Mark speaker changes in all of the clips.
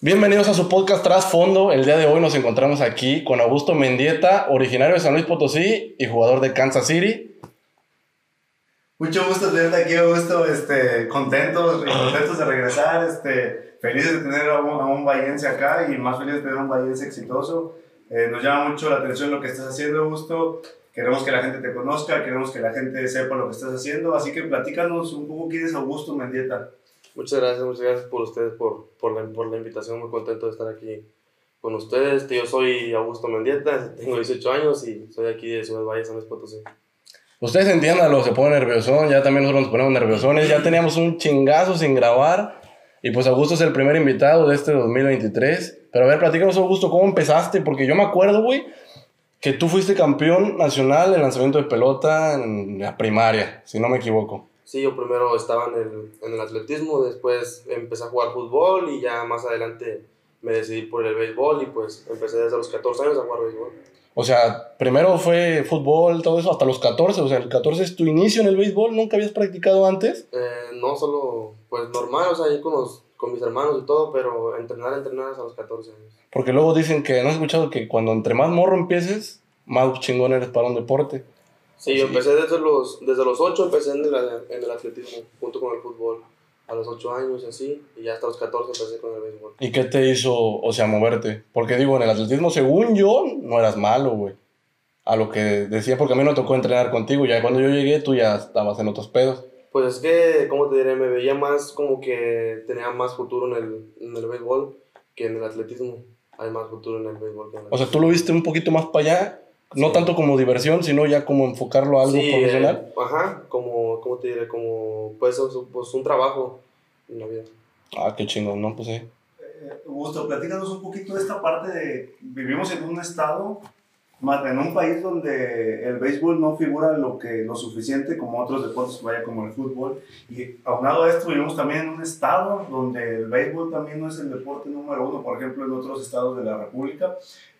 Speaker 1: Bienvenidos a su podcast Trasfondo. El día de hoy nos encontramos aquí con Augusto Mendieta, originario de San Luis Potosí y jugador de Kansas City.
Speaker 2: Mucho gusto tenerte aquí, Augusto. Este, contentos, contentos de regresar. Este, felices de tener a un, a un vallense acá y más felices de tener un vallense exitoso. Eh, nos llama mucho la atención lo que estás haciendo, Augusto. Queremos que la gente te conozca, queremos que la gente sepa lo que estás haciendo. Así que platícanos un poco quién es Augusto Mendieta.
Speaker 3: Muchas gracias, muchas gracias por ustedes, por, por, la, por la invitación. Muy contento de estar aquí con ustedes. Este, yo soy Augusto Mendieta, tengo 18 años y soy aquí de Ciudad Valle, San Luis Potosí.
Speaker 1: Ustedes entiendan, los se ponen nerviosón, ya también nosotros nos ponemos nerviosones, ya teníamos un chingazo sin grabar y pues Augusto es el primer invitado de este 2023. Pero a ver, platícanos Augusto, ¿cómo empezaste? Porque yo me acuerdo, güey, que tú fuiste campeón nacional en lanzamiento de pelota en la primaria, si no me equivoco.
Speaker 3: Sí, yo primero estaba en el, en el, atletismo, después empecé a jugar fútbol y ya más adelante me decidí por el béisbol y pues empecé desde los 14 años a jugar béisbol.
Speaker 1: O sea, primero fue fútbol, todo eso, hasta los 14, o sea, el 14 es tu inicio en el béisbol, ¿nunca habías practicado antes?
Speaker 3: Eh, no, solo pues normal, o sea, ahí con, los, con mis hermanos y todo, pero entrenar, entrenar hasta los 14 años.
Speaker 1: Porque luego dicen que, ¿no has escuchado que cuando entre más morro empieces, más chingón eres para un deporte?
Speaker 3: Sí, yo empecé desde los, desde los 8, empecé en el, en el, atletismo junto con el fútbol. A los 8 años y así, y ya hasta los 14 empecé con el béisbol.
Speaker 1: ¿Y qué te hizo, o sea, moverte? Porque digo, en el atletismo, según yo, no eras malo, güey. A lo que decía, porque a mí no tocó entrenar contigo, ya cuando yo llegué tú ya estabas en otros pedos.
Speaker 3: Pues es que, como te diré, me veía más como que tenía más futuro en el, en el béisbol que en el atletismo. Hay más futuro en el béisbol que en el
Speaker 1: O sea, tú lo viste un poquito más para allá no sí. tanto como diversión, sino ya como enfocarlo a algo sí, profesional.
Speaker 3: Eh, ajá, como, ¿cómo te diré? Como, pues, pues, un trabajo en la vida.
Speaker 1: Ah, qué chingón, ¿no? Pues sí. Eh.
Speaker 2: Eh, Augusto, platícanos un poquito de esta parte de, vivimos en un estado, en un país donde el béisbol no figura lo, que, lo suficiente como otros deportes, vaya como el fútbol, y aunado a esto vivimos también en un estado donde el béisbol también no es el deporte número uno, por ejemplo, en otros estados de la República.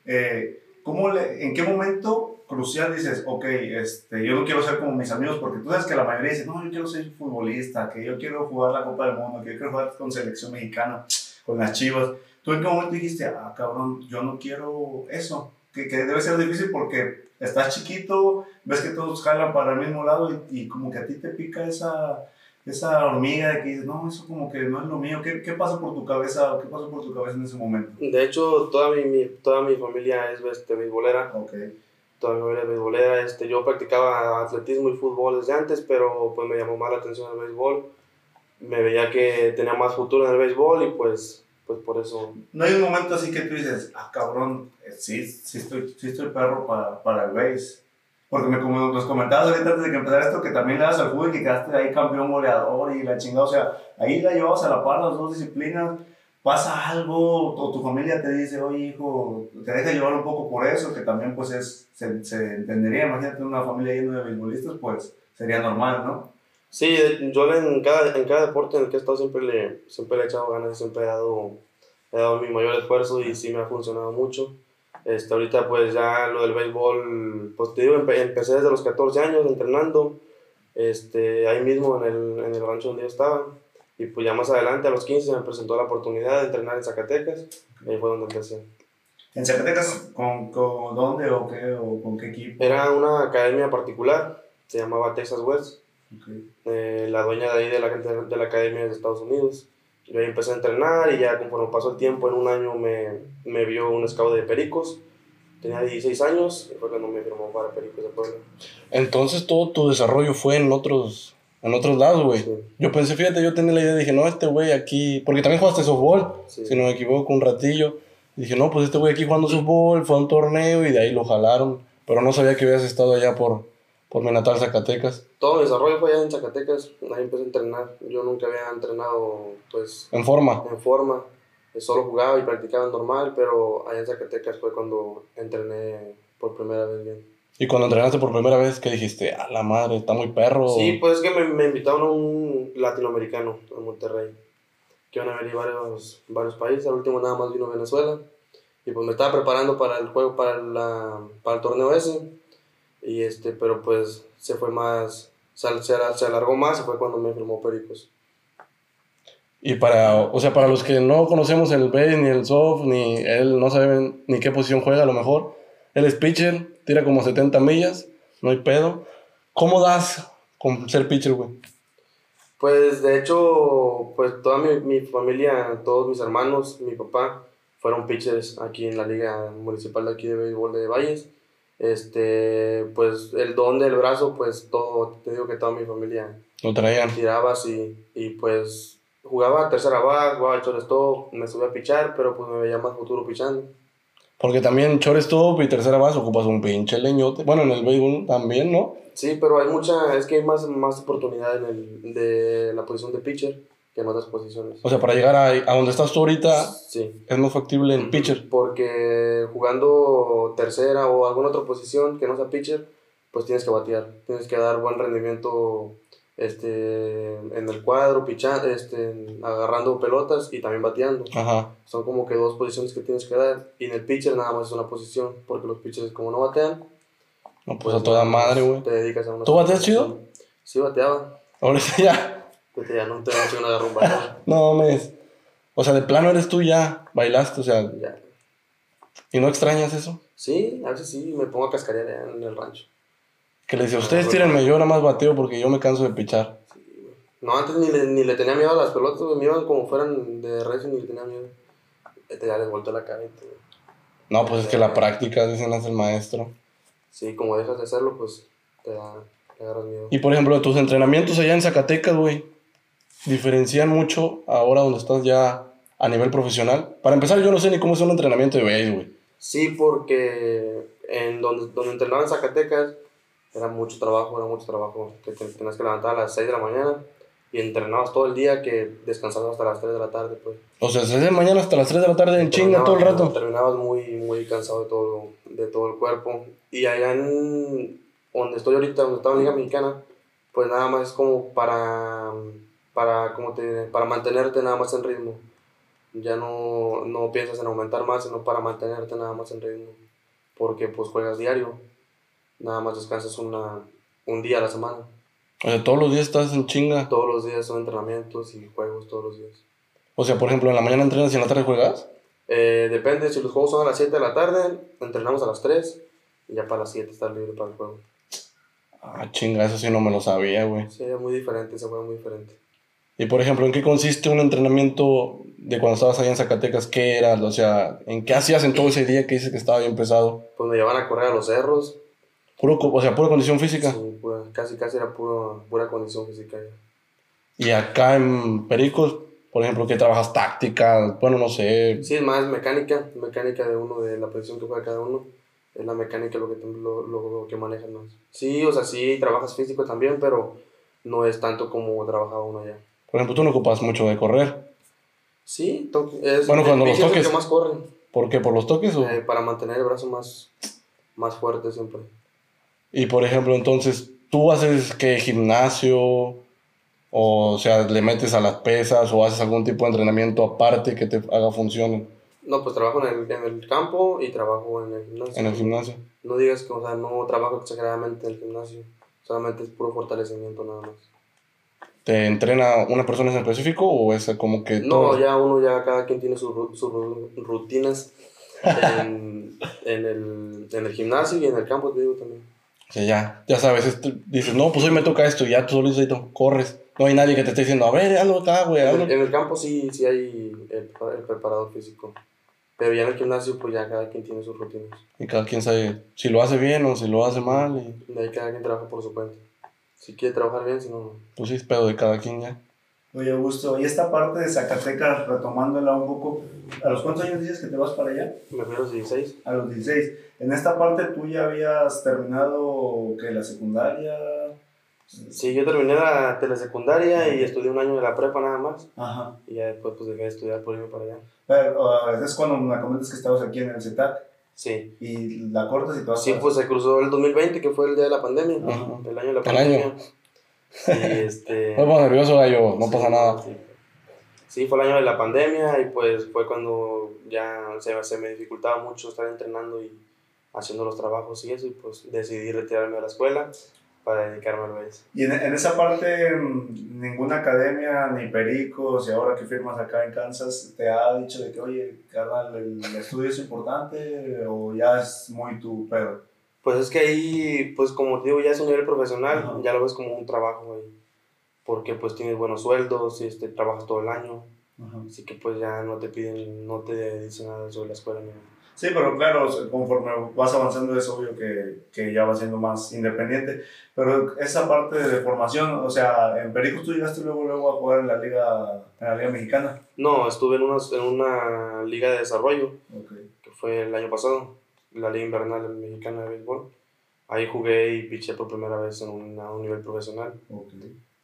Speaker 2: Eh, ¿Cómo le, ¿en qué momento crucial dices, ok, este, yo no quiero ser como mis amigos? Porque tú sabes que la mayoría dice, no, yo quiero ser futbolista, que yo quiero jugar la Copa del Mundo, que yo quiero jugar con selección mexicana, con las chivas. ¿Tú en qué momento dijiste, ah, cabrón, yo no quiero eso? Que, que debe ser difícil porque estás chiquito, ves que todos jalan para el mismo lado y, y como que a ti te pica esa, esa hormiga de que dices, no, eso como que no es lo mío, ¿qué, qué pasa por tu cabeza? ¿Qué pasó por tu cabeza en ese momento?
Speaker 3: De hecho, toda mi, mi toda mi familia es este, beisbolera.
Speaker 2: Okay.
Speaker 3: Toda mi familia es beisbolera. Este, yo practicaba atletismo y fútbol desde antes, pero pues me llamó más la atención el béisbol. Me veía que tenía más futuro en el béisbol y pues, pues por eso.
Speaker 2: No hay un momento así que tú dices, ah, cabrón, sí, sí, estoy, sí estoy perro para, para el béis. Porque me, como nos comentabas ahorita antes de que empezara esto, que también le das al fútbol y que quedaste ahí campeón goleador y la chingada. O sea, ahí la llevabas a la par las dos disciplinas. Pasa algo, o tu familia te dice, oye hijo, te deja llevar un poco por eso, que también pues es, se, se entendería, imagínate una familia llena de beisbolistas, pues sería normal, ¿no?
Speaker 3: Sí, yo en cada, en cada deporte en el que he estado siempre le, siempre le he echado ganas, siempre he dado, he dado mi mayor esfuerzo y sí me ha funcionado mucho. Este, ahorita pues ya lo del béisbol, pues te digo, empe empecé desde los 14 años entrenando, este, ahí mismo en el, en el, rancho donde yo estaba. Y pues ya más adelante, a los 15, me presentó la oportunidad de entrenar en Zacatecas, y ahí fue donde empecé.
Speaker 2: ¿En Zacatecas con, con dónde o qué, o con qué equipo?
Speaker 3: Era una academia particular, se llamaba Texas West. Okay. Eh, la dueña de ahí de la, de la academia es de Estados Unidos yo ahí empecé a entrenar y ya conforme pasó el tiempo, en un año me, me vio un scout de Pericos. Tenía 16 años y fue cuando me firmó para Pericos de Puebla.
Speaker 1: Entonces todo tu desarrollo fue en otros, en otros lados, güey. Sí. Yo pensé, fíjate, yo tenía la idea, dije, no, este güey aquí, porque también jugaste softball, sí. si no me equivoco, un ratillo. Dije, no, pues este güey aquí jugando softball, fue a un torneo y de ahí lo jalaron. Pero no sabía que habías estado allá por, por mi natal Zacatecas.
Speaker 3: Todo mi desarrollo fue allá en Zacatecas, ahí empecé a entrenar. Yo nunca había entrenado, pues...
Speaker 1: ¿En forma?
Speaker 3: En forma. Solo jugaba y practicaba normal, pero allá en Zacatecas fue cuando entrené por primera vez bien.
Speaker 1: ¿Y cuando entrenaste por primera vez, qué dijiste? A la madre, está muy perro.
Speaker 3: Sí, pues es que me, me invitaron a un latinoamericano en Monterrey. Que van a venir varios, varios países, al último nada más vino Venezuela. Y pues me estaba preparando para el juego, para, la, para el torneo ese y este pero pues se fue más se, se, alargó más y fue cuando me firmó Pericos
Speaker 1: Y para, o sea, para los que no conocemos el base, ni el soft, ni él no saben ni qué posición juega, a lo mejor. Él es pitcher, tira como 70 millas, no hay pedo. ¿Cómo das con ser pitcher, güey?
Speaker 3: Pues de hecho, pues toda mi, mi familia, todos mis hermanos, mi papá, fueron pitchers aquí en la liga municipal de aquí de béisbol de Valles. Este, pues el don del brazo, pues todo, te digo que toda mi familia
Speaker 1: Lo traían.
Speaker 3: tiraba así y pues jugaba tercera base, jugaba shortstop, me subía a pichar, pero pues me veía más futuro pichando.
Speaker 1: Porque también shortstop y tercera base ocupas un pinche leñote. Bueno, en el béisbol también, ¿no?
Speaker 3: Sí, pero hay mucha, es que hay más, más oportunidad en el, de la posición de pitcher que en otras posiciones.
Speaker 1: O sea, para llegar a, a donde estás tú ahorita
Speaker 3: Sí.
Speaker 1: es más factible el pitcher.
Speaker 3: Porque jugando tercera o alguna otra posición que no sea pitcher, pues tienes que batear, tienes que dar buen rendimiento este, en el cuadro, pichando, este, agarrando pelotas y también bateando.
Speaker 1: Ajá.
Speaker 3: Son como que dos posiciones que tienes que dar. Y en el pitcher nada más es una posición, porque los pitchers como no batean,
Speaker 1: No, pues a toda madre, güey.
Speaker 3: Te dedicas a una
Speaker 1: ¿Tú bateas chido?
Speaker 3: Sí, bateaba.
Speaker 1: Ahorita ya.
Speaker 3: Vete, ya no te vas a una derrumba.
Speaker 1: No mames. O sea, de plano eres tú ya. Bailaste, o sea.
Speaker 3: ya.
Speaker 1: ¿Y no extrañas eso?
Speaker 3: Sí, a veces sí, me pongo a cascarear allá en el rancho.
Speaker 1: Que le dice, ustedes tírenme, yo nada más bateo porque yo me canso de pichar.
Speaker 3: No, antes ni le, ni le tenía miedo a las pelotas, güey, me iban como fueran de recio, ni le tenía miedo. Este ya les volteó la cara y te-
Speaker 1: No, pues es que la práctica, dicen, hace el maestro.
Speaker 3: Sí, como dejas de hacerlo, pues te da, te agarras miedo.
Speaker 1: Y por ejemplo, tus entrenamientos allá en Zacatecas, güey, diferencian mucho ahora donde estás ya a nivel profesional. Para empezar, yo no sé ni cómo es un entrenamiento de base, güey.
Speaker 3: Sí, porque en donde, donde entrenaba en Zacatecas era mucho trabajo, era mucho trabajo. Que te, tenías que levantar a las 6 de la mañana y entrenabas todo el día que descansabas hasta las 3 de la tarde, pues.
Speaker 1: O sea, desde mañana hasta las 3 de la tarde en chinga todo el
Speaker 3: Terminabas-
Speaker 1: rato.
Speaker 3: Terminabas muy, muy cansado de todo, de todo el cuerpo. Y allá en donde estoy ahorita, donde estaba en Liga Mexicana, pues nada más es como para, para, como te, diré? para mantenerte nada más en ritmo. Ya no, no piensas en aumentar más, sino para mantenerte nada más en ritmo. Porque pues juegas diario, nada más descansas una, un día a la semana.
Speaker 1: O sea, todos los días estás en chinga.
Speaker 3: Todos los días son entrenamientos y juegos todos los días.
Speaker 1: O sea, por ejemplo, en la mañana entrenas y en la tarde juegas.
Speaker 3: Eh, depende, si los juegos son a las 7 de la tarde, entrenamos a las 3 y ya para las 7 estar libre para el juego.
Speaker 1: Ah, chinga, eso sí no me lo sabía, güey.
Speaker 3: Sí, es muy diferente, se juega muy diferente.
Speaker 1: Y por ejemplo, ¿en qué consiste un entrenamiento de cuando estabas allá en Zacatecas? ¿Qué era? O sea, ¿en qué hacías en todo ese día que dices que estaba bien pesado?
Speaker 3: Pues me llevaban a correr a los cerros,
Speaker 1: Puro, co- o sea, pura condición física.
Speaker 3: sí, pura- casi casi era puro, pura condición física. ya.
Speaker 1: Y acá en Pericos, por ejemplo, que trabajas táctica, bueno, no sé.
Speaker 3: Sí, es más mecánica, mecánica de uno, de la posición que juega cada uno. Es la mecánica lo que, te- lo, lo- lo que manejan más. Sí, o sea, sí, trabajas físico también, pero no es tanto como trabajaba uno allá.
Speaker 1: Por ejemplo, tú no ocupas mucho de correr.
Speaker 3: Sí, to- es
Speaker 1: Bueno,
Speaker 3: el
Speaker 1: cuando los
Speaker 3: pitcher es el
Speaker 1: toques.
Speaker 3: que más corren,
Speaker 1: ¿Por qué? ¿Por los toques? o-
Speaker 3: eh, para mantener el brazo más, más fuerte siempre.
Speaker 1: Y por ejemplo, entonces, ¿tú haces qué gimnasio? O sea, le metes a las pesas o haces algún tipo de entrenamiento aparte que te haga función
Speaker 3: No, pues trabajo en el, en el campo y trabajo en el gimnasio.
Speaker 1: en el gimnasio.
Speaker 3: No digas que, o sea, no trabajo exageradamente en el gimnasio. Solamente es puro fortalecimiento nada más.
Speaker 1: ¿Te entrena una persona en específico o es como que
Speaker 3: No,
Speaker 1: todo?
Speaker 3: ya uno, ya cada quien tiene sus, ru- sus ru- rutinas en, en el, en el gimnasio y en el campo, te digo también.
Speaker 1: O sea, ya, ya sabes, este- dices, no, pues hoy me toca esto y ya tú solito corres. No hay nadie que te esté diciendo, a ver, hazlo acá, güey,
Speaker 3: En,
Speaker 1: hazlo.
Speaker 3: el- en el campo sí, sí hay el, el preparador físico. Pero ya en el gimnasio, pues ya cada quien tiene sus rutinas.
Speaker 1: Y cada quien sabe si lo hace bien o si lo hace mal. Y
Speaker 3: De ahí cada quien trabaja por su cuenta. Si quiere trabajar bien, si no, no.
Speaker 1: pues sí, es pedo de cada quien ya.
Speaker 2: Oye, Augusto, y esta parte de Zacatecas, retomándola un poco, ¿a los cuántos años dices que te vas para allá?
Speaker 3: Me fui a los 16.
Speaker 2: A los 16. En esta parte tú ya habías terminado que la secundaria.
Speaker 3: Sí, yo terminé la telesecundaria y estudié un año de la prepa nada más.
Speaker 2: Ajá.
Speaker 3: Y ya después pues dejé de estudiar por irme para allá.
Speaker 2: Pero a veces cuando me comentas que estabas aquí en el CETAC
Speaker 3: Sí.
Speaker 2: y la cortas y te vas
Speaker 3: Sí,
Speaker 2: para-
Speaker 3: pues se cruzó el 2020, que fue el día de la pandemia.
Speaker 1: Ajá.
Speaker 3: El año de la
Speaker 1: El año.
Speaker 3: pandemia. Sí, este...
Speaker 1: No me pongo pues, nervioso, gallo, no
Speaker 3: sí,
Speaker 1: pasa nada.
Speaker 3: Sí. Sí, fue el año de la pandemia y pues fue cuando ya se, se me dificultaba mucho estar entrenando y haciendo los trabajos y eso. Y pues decidí retirarme de la escuela para dedicarme al béisbol.
Speaker 2: Y en, en esa parte, mm, ninguna academia, ni pericos, y ahora que firmas acá en Kansas, te ha dicho de que, oye, carnal, el estudio es importante o ya es muy tu pedo.
Speaker 3: Pues es que ahí, pues como te digo, ya es un nivel profesional,
Speaker 2: Ajá.
Speaker 3: ya lo ves como un trabajo ahí. Porque pues tienes buenos sueldos, este, trabajas todo el año, así que pues ya no te piden, no te dicen nada sobre la escuela. ni nada.
Speaker 2: Sí, pero claro, conforme vas avanzando es obvio que, que ya vas siendo más independiente. Pero esa parte de formación, o sea, en Pericos tú llegaste luego, luego a jugar en la Liga, en la liga Mexicana.
Speaker 3: No, estuve en una, en una liga de desarrollo, que fue el año pasado, la Liga Invernal Mexicana de Béisbol. Ahí jugué y piché por primera vez en un, a un nivel profesional.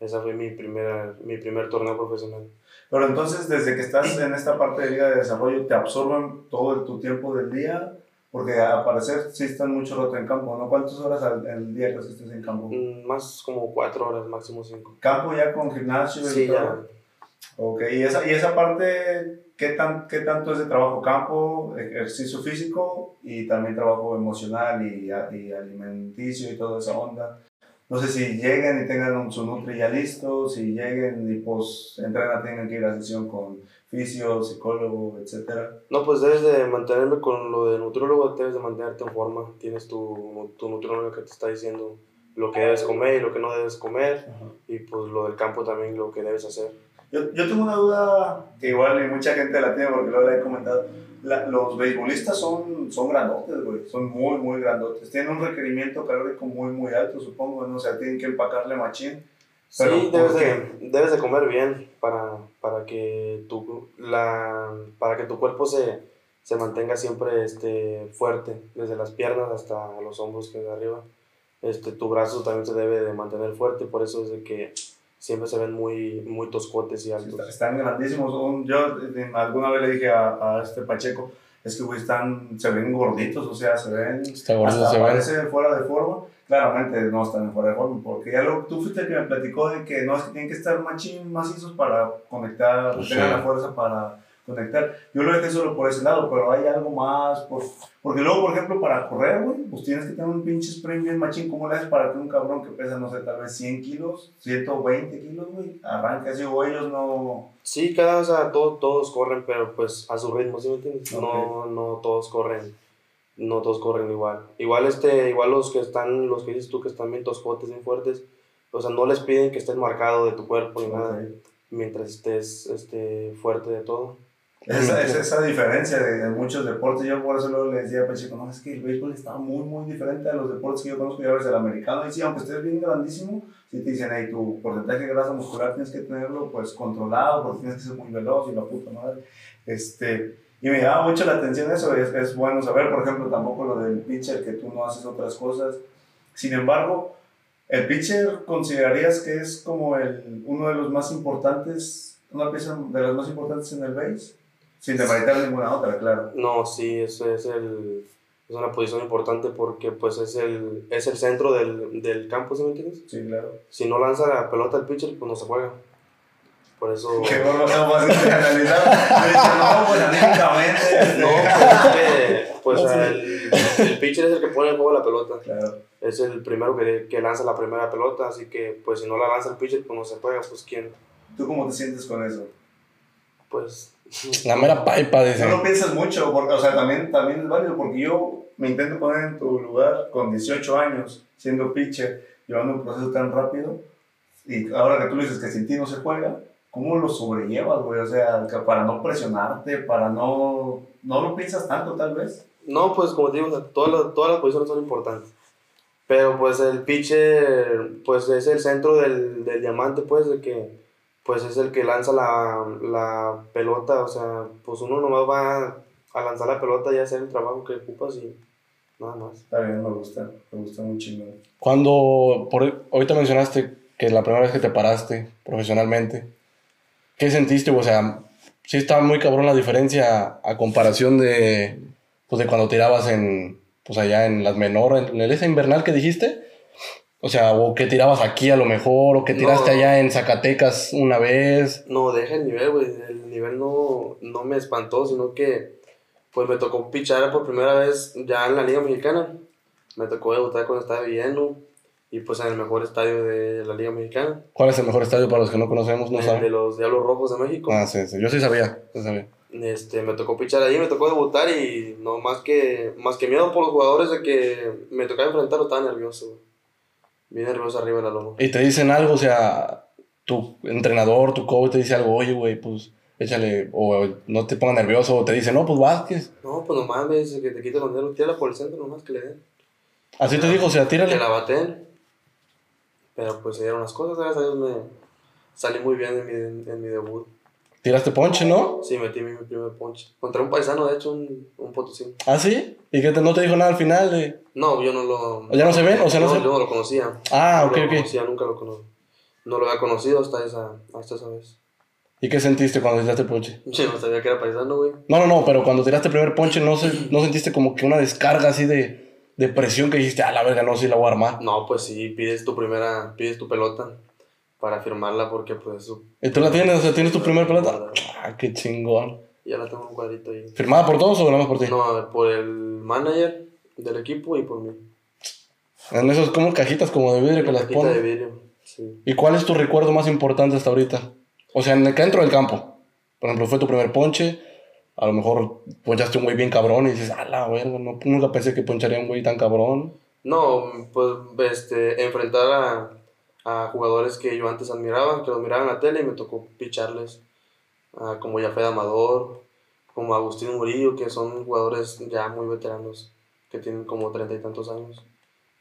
Speaker 3: Esa fue mi, primera, mi primer torneo profesional.
Speaker 2: Pero entonces, desde que estás en esta parte de Liga de Desarrollo, ¿te absorben todo el- tu tiempo del día? Porque a parecer sí están mucho rato en campo, ¿no? ¿Cuántas horas al, al día que estés en campo?
Speaker 3: Mm, Más como cuatro horas, máximo cinco.
Speaker 2: ¿Campo ya con gimnasio? y
Speaker 3: Sí,
Speaker 2: todo?
Speaker 3: ya.
Speaker 2: Ok, y esa, y esa parte, ¿qué, tan, ¿qué tanto es de trabajo campo, ejercicio físico y también trabajo emocional y, a- y alimenticio y toda esa onda? No sé si lleguen y tengan un- su nutri ya listo, si lleguen y pues entrenan, tengan que ir a sesión con fisio, psicólogo, etcétera.
Speaker 3: No, pues debes de mantenerme con lo de nutriólogo, debes de mantenerte en forma. Tienes tu, tu nutriólogo que te está diciendo lo que debes comer y lo que no debes comer. Y pues lo del campo también, lo que debes hacer.
Speaker 2: Yo, yo tengo una duda que igual y mucha gente la tiene porque lo he comentado. La- los beisbolistas son, son grandotes, güey. Son muy, muy grandotes. Tienen un requerimiento calórico muy, muy alto, supongo. ¿no? O sea, tienen que empacarle machín. Pero,
Speaker 3: sí,
Speaker 2: ¿por
Speaker 3: debes
Speaker 2: qué?
Speaker 3: de, debes de comer bien para, para, que, tu, la, para que tu cuerpo se, se mantenga siempre este, fuerte, desde las piernas hasta los hombros que es arriba. Este, tu brazo también se debe de mantener fuerte, por eso es de que siempre se ven muy, muy toscotes y
Speaker 2: Está-
Speaker 3: altos.
Speaker 2: Están grandísimos. Un- yo eh, alguna vez le dije a, a este Pacheco, es que, güey, están, se ven gorditos, o sea, se ven...
Speaker 1: Está Este gordo,
Speaker 2: hasta
Speaker 1: se ve.
Speaker 2: parece fuera de forma. Claramente no están fuera de forma, porque ya lo, tú fuiste el que me platicó de que no, es que tienen que estar machín, macizos para conectar,
Speaker 1: Pues
Speaker 2: tengan
Speaker 1: sí.
Speaker 2: la fuerza para conectar. Yo lo dejé solo por ese lado, pero hay algo más. por- porque luego, por ejemplo, para correr, güey, pues tienes que tener un pinche sprint bien machín. ¿Cómo le haces para que un cabrón que pesa, no sé, tal vez 100 kilos, 120 kilos, güey, arranque así? O ellos no.
Speaker 3: Sí, cada o sea, to- todos corren, pero pues a su ritmo, ¿sí me entiendes? No, no todos corren, no todos corren igual. Igual este, igual los que están, los que dices tú que están bien toscotes, bien fuertes, o sea, no les piden que estés marcado de tu cuerpo ni
Speaker 1: Pues,
Speaker 3: nada, mientras estés este, fuerte de todo.
Speaker 2: Esa, es esa diferencia de, de muchos deportes. Yo por eso luego le decía a Pacheco, no, es que el béisbol está muy, muy diferente a los deportes que yo conozco. Ya ves, el americano, y sí, aunque estés bien grandísimo, si te dicen, hey, tu porcentaje de grasa muscular tienes que tenerlo pues controlado, porque tienes que ser muy veloz y la puta madre. Este, y me llama mucho la atención eso, es, es bueno saber, por ejemplo, tampoco lo del pitcher, que tú no haces otras cosas. Sin embargo, ¿el pitcher considerarías que es como el, uno de los más importantes, una pieza de las más importantes en el base? Sin demeritar ninguna otra, claro.
Speaker 3: No, sí, eso es el, es una posición importante porque pues es el, es el centro del, del campo, ¿sí me entiendes?
Speaker 2: Sí, claro.
Speaker 3: Si no lanza la pelota al pitcher, pues no se juega. Por eso...
Speaker 2: Que no lo hacemos así generalizado. Yo dije, no, pues anímicamente.
Speaker 3: No,
Speaker 2: este,
Speaker 3: pues, eh, pues
Speaker 2: No, sí.
Speaker 3: el, el pitcher es el que pone en juego la pelota.
Speaker 2: Claro.
Speaker 3: Es el primero que, que lanza la primera pelota, así que pues si no la lanza el pitcher, pues no se juega, pues quién.
Speaker 2: ¿Tú cómo te sientes con eso?
Speaker 3: Pues
Speaker 1: La mera paipa,
Speaker 2: No
Speaker 1: dice.
Speaker 2: lo piensas mucho, porque, o sea, también, también es válido, porque yo me intento poner en tu lugar con 18 años, siendo pitcher, llevando un proceso tan rápido, y ahora que tú le dices que sin ti no se juega, ¿cómo lo sobrellevas, güey? O sea, que para no presionarte, para no... No lo piensas tanto, tal vez.
Speaker 3: no, pues como te digo, o sea, todas, las, todas las posiciones son importantes. Pero pues el pitcher, pues es el centro del, del diamante, pues de que pues es el que lanza la, la pelota, o sea, pues uno nomás va a lanzar la pelota y hacer el trabajo que ocupas y nada más.
Speaker 2: Está bien, me gusta, me gusta un chingo.
Speaker 1: Cuando, por, ahorita mencionaste que la primera vez que te paraste profesionalmente, ¿qué sentiste? O sea, sí estaba muy cabrón la diferencia a comparación de, pues, de cuando tirabas en, pues allá en las menores, en el esa invernal que dijiste. O sea, o que tirabas aquí a lo mejor, o que tiraste
Speaker 3: No.
Speaker 1: allá en Zacatecas una vez.
Speaker 3: No, deja el nivel, güey. El nivel no, no me espantó, sino que pues me tocó pichar por primera vez ya en la Liga Mexicana. Me tocó debutar cuando estaba lleno. y pues en el mejor estadio de la Liga Mexicana,
Speaker 1: ¿Cuál es el mejor estadio para los que no conocemos? No
Speaker 3: el
Speaker 1: saben.
Speaker 3: de los Diablos Rojos de México.
Speaker 1: Ah, sí, sí. Yo sí sabía. sí sabía.
Speaker 3: Este, me tocó pichar ahí, me tocó debutar y no más que, más que miedo por los jugadores de que me tocaba enfrentar, estaba nervioso. güey. Bien nervioso arriba de la loma.
Speaker 1: Y te dicen algo, o sea, tu entrenador, tu coach te dice algo, oye, güey, pues échale, o no te pongas nervioso, o te dice, no, pues Vázquez.
Speaker 3: No, pues no mames, que te quite los nervios, tírala por el centro nomás que le den.
Speaker 1: Así te dijo, o sea,
Speaker 3: Que
Speaker 1: tírale.
Speaker 3: la baten. Pero pues se dieron las cosas, gracias a Dios me salí muy bien en mi, en mi debut.
Speaker 1: Tiraste ponche, ¿no?
Speaker 3: Sí, metí mi, mi primer punch. Contra un paisano, de hecho, un, un potosino.
Speaker 1: ¿Ah, sí? ¿Y que no te dijo nada al final? de-
Speaker 3: No, yo no lo...
Speaker 1: ¿Ya no se ven? O sea, no se-
Speaker 3: Yo no lo conocía.
Speaker 1: Ah,
Speaker 3: No
Speaker 1: ok,
Speaker 3: lo
Speaker 1: ok.
Speaker 3: conocía, nunca lo conocí. No lo había conocido hasta esa, hasta esa vez.
Speaker 1: ¿Y qué sentiste cuando tiraste el ponche?
Speaker 3: Yo no sabía que era paisano, güey.
Speaker 1: No, no, no, pero cuando tiraste el primer ponche, ¿no, se- no sentiste como que una descarga así de, de presión que dijiste, ah, la verga, no, sí la voy a armar?
Speaker 3: No, pues sí, pides tu primera, pides tu pelota para firmarla porque pues eso...
Speaker 1: ¿Y tú la tienes? O sea, ¿tienes tu primer pelota? Ah, qué chingón.
Speaker 3: Ya la tengo en un cuadrito ahí.
Speaker 1: ¿Firmada por todos o nada más por ti?
Speaker 3: No, por el manager del equipo y por mí.
Speaker 1: En esos como cajitas como de vidrio que
Speaker 3: Una
Speaker 1: las
Speaker 3: cajita de
Speaker 1: pones.
Speaker 3: vidrio, sí.
Speaker 1: ¿Y cuál es tu recuerdo más importante hasta ahorita? O sea, en el, dentro del campo. Por ejemplo, fue tu primer ponche. A lo mejor ponchaste un güey bien cabrón y dices, a la verga, no, nunca pensé que poncharía un güey tan cabrón.
Speaker 3: No, pues este, enfrentar a, a jugadores que yo antes admiraba, que los miraba en la tele y me tocó picharles. Ah, como Yafed Amador, como Agustín Murillo, que son jugadores ya muy veteranos, que tienen como treinta y tantos años.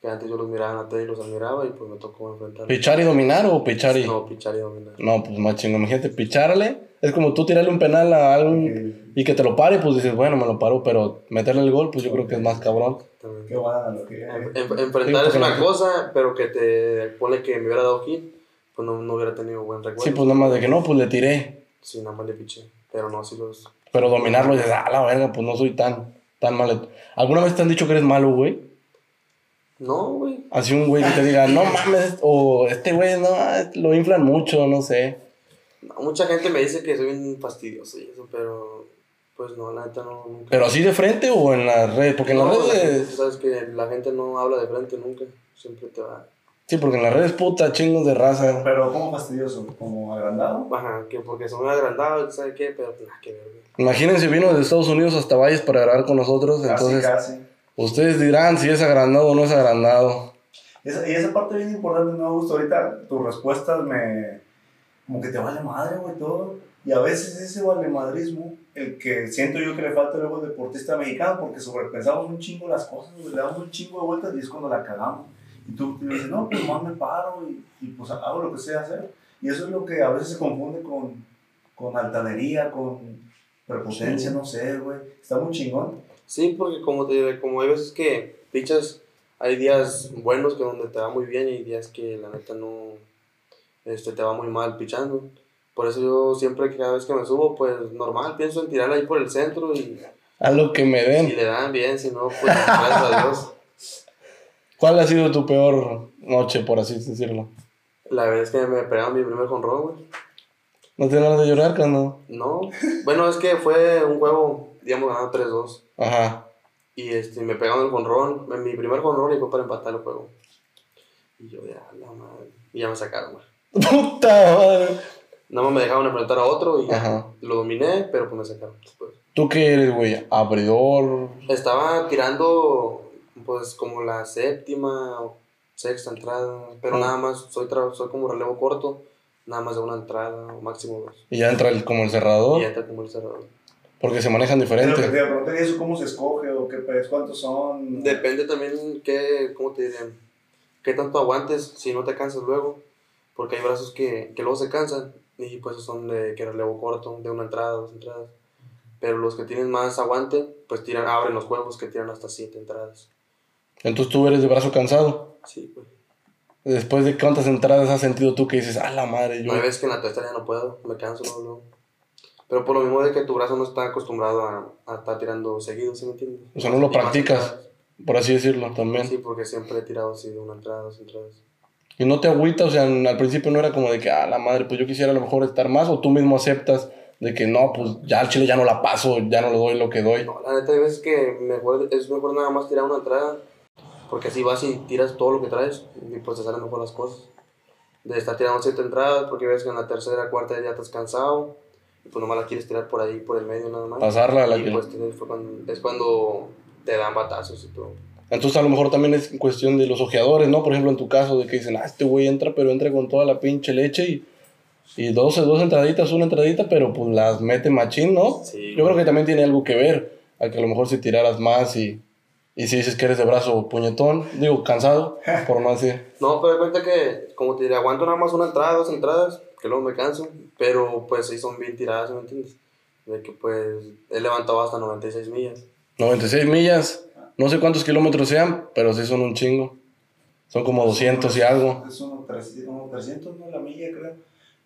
Speaker 3: Que antes yo los miraba en la tele y los admiraba y pues me tocó enfrentarlos.
Speaker 1: ¿Pichar y dominar o pichar y.? No,
Speaker 3: No, pichar y dominar.
Speaker 1: pues más chingón. Imagínate, picharle. Es como tú tirarle un penal a algún. Y que te lo pare, pues dices, bueno, me lo paro, pero meterle el gol, pues yo creo que es más cabrón.
Speaker 3: También.
Speaker 2: Qué buena lo que
Speaker 3: Enf-
Speaker 2: es.
Speaker 3: enf-
Speaker 1: Sí,
Speaker 3: Em, enfrentar
Speaker 1: porque
Speaker 3: es una
Speaker 1: no-
Speaker 3: cosa, pero que te pone que me hubiera dado hit, pues no, no hubiera tenido buen recuerdo.
Speaker 1: Sí, pues nada más de que no, pues le tiré.
Speaker 3: Sí, nada más le piché. Pero no, sí los.
Speaker 1: Pero dominarlo, dices, a la verga, pues no soy tan, tan malo. ¿Alguna vez te han dicho que eres malo, güey?
Speaker 3: No, güey.
Speaker 1: Así un güey que te diga, no mames, o este güey, no, lo inflan mucho, no sé.
Speaker 3: No, Mucha gente me dice que soy bien fastidioso y eso, pero. Pues no, la neta no. Nunca.
Speaker 1: Pero así de frente o en las redes, porque en las
Speaker 3: No, la gente,
Speaker 1: redes.
Speaker 3: sabes que la gente no habla de frente nunca. Siempre te va.
Speaker 1: Sí, porque en las redes, puta, chingos de raza.
Speaker 2: Pero, ¿cómo fastidioso? ¿Como agrandado?
Speaker 3: Ajá, que porque son agrandados, ¿sabes qué? Pero pues nada que ver, güey.
Speaker 1: Imagínense, vino de Estados Unidos hasta Valles para grabar con nosotros, entonces
Speaker 2: casi, casi.
Speaker 1: ustedes dirán si es agrandado o no es agrandado.
Speaker 2: Esa, y esa parte bien importante, no me gusta. Ahorita tus respuestas me. como que te vale madre, güey, todo. Y a veces ese valemadrismo, el que siento yo que le falta luego al deportista mexicano, porque sobrepensamos un chingo las cosas, güey, le damos un chingo de vueltas y es cuando la cagamos. Y tú te dices, no, pues más me paro y, y pues hago lo que sé hacer. Y eso es lo que a veces se confunde con, con altanería, con prepotencia, no sé, güey. Está muy chingón.
Speaker 3: Sí, porque como te diré, como hay veces que pichas, hay días buenos que donde te va muy bien y días que la neta no este, te va muy mal pichando. Por eso yo siempre que cada vez que me subo, pues normal, pienso en tirar ahí por el centro y
Speaker 1: A lo que me
Speaker 3: si
Speaker 1: den.
Speaker 3: le dan bien, si no, pues gracias a Dios.
Speaker 1: ¿Cuál ha sido tu peor noche, por así decirlo?
Speaker 3: La verdad es que me pegaron mi primer jonrón, güey.
Speaker 1: ¿No te ganas de llorar, cuando?
Speaker 3: No, bueno, es que fue un juego, digamos, ganado 3-2.
Speaker 1: Ajá.
Speaker 3: Y este, me pegaron el jonrón, mi primer jonrón y fue para empatar el juego. Y yo, ya, la madre. Y ya me sacaron, güey.
Speaker 1: Puta madre.
Speaker 3: Nada más me dejaban enfrentar a otro y ya.
Speaker 1: Ajá.
Speaker 3: lo dominé, pero pues me sacaron después.
Speaker 1: ¿Tú qué eres, güey? ¿Abridor?
Speaker 3: Estaba tirando pues como la séptima o sexta entrada, pero
Speaker 1: Ah.
Speaker 3: nada más, soy, tra- soy como relevo corto, nada más de una entrada o máximo dos.
Speaker 1: Y ya entra el, como el cerrador.
Speaker 3: Y entra como el cerrador.
Speaker 1: Porque se manejan
Speaker 2: Pero te
Speaker 1: diferente.
Speaker 2: pregunté, ¿y eso cómo se escoge o qué pez? ¿Cuántos son?
Speaker 3: Depende también qué, ¿cómo te diré? Qué tanto aguantes si no te cansas luego, porque hay brazos que, que luego se cansan y pues esos son de que relevo corto, de una entrada, dos entradas. Pero los que tienen más aguante, pues tiran, abren los juegos que tiran hasta siete entradas.
Speaker 1: Entonces tú eres de brazo cansado.
Speaker 3: Sí, pues. güey.
Speaker 1: Después de cuántas entradas has sentido tú que dices, a la madre, yo.
Speaker 3: No hay veces que en la testa ya no puedo, me canso luego, luego. Pero por lo mismo de que tu brazo no está acostumbrado a, a estar tirando seguido, ¿sí me entiendes?
Speaker 1: O sea, no lo
Speaker 3: Y más
Speaker 1: practicas.
Speaker 3: entradas.
Speaker 1: Por así decirlo también.
Speaker 3: Sí, porque siempre he tirado así de una entrada, dos entradas.
Speaker 1: Y no te agüita, o sea, en- al principio no era como de que, a la madre, pues yo quisiera a lo mejor estar más, o tú mismo aceptas de que no, pues ya al chile ya no la paso, ya no le doy lo que doy.
Speaker 3: No, la neta hay veces que mejor, es mejor nada más tirar una entrada Porque así vas y tiras todo lo que traes y pues te salen mejor las cosas. De estar tirando siete entradas porque ves que en la tercera, cuarta ya estás cansado y pues nomás la quieres tirar por ahí, por el medio nada más.
Speaker 1: Pasarla a la
Speaker 3: y
Speaker 1: que-
Speaker 3: pues tienes- fue cuando- es cuando te dan batazos y todo.
Speaker 1: Entonces a lo mejor también es cuestión de los ojeadores, ¿no? Por ejemplo, en tu caso, de que dicen, ah, este güey entra, pero entra con toda la pinche leche y, y 12, dos entraditas, una entradita, pero pues las mete machín, ¿no?
Speaker 3: Sí.
Speaker 1: Yo creo que también tiene algo que ver, a que a lo mejor si tiraras más y, y si dices que eres de brazo puñetón, digo, cansado, por no decir.
Speaker 3: No, pero de cuenta que, como te diré, aguanto nada más una entrada, dos entradas, que luego me canso, pero pues sí son bien tiradas, ¿me entiendes? De que pues he levantado hasta 96 millas.
Speaker 1: 96 millas, no sé cuántos kilómetros sean, pero sí son un chingo. Son como 200 y algo.
Speaker 2: Es uno 300, como 300, ¿no? La milla, creo.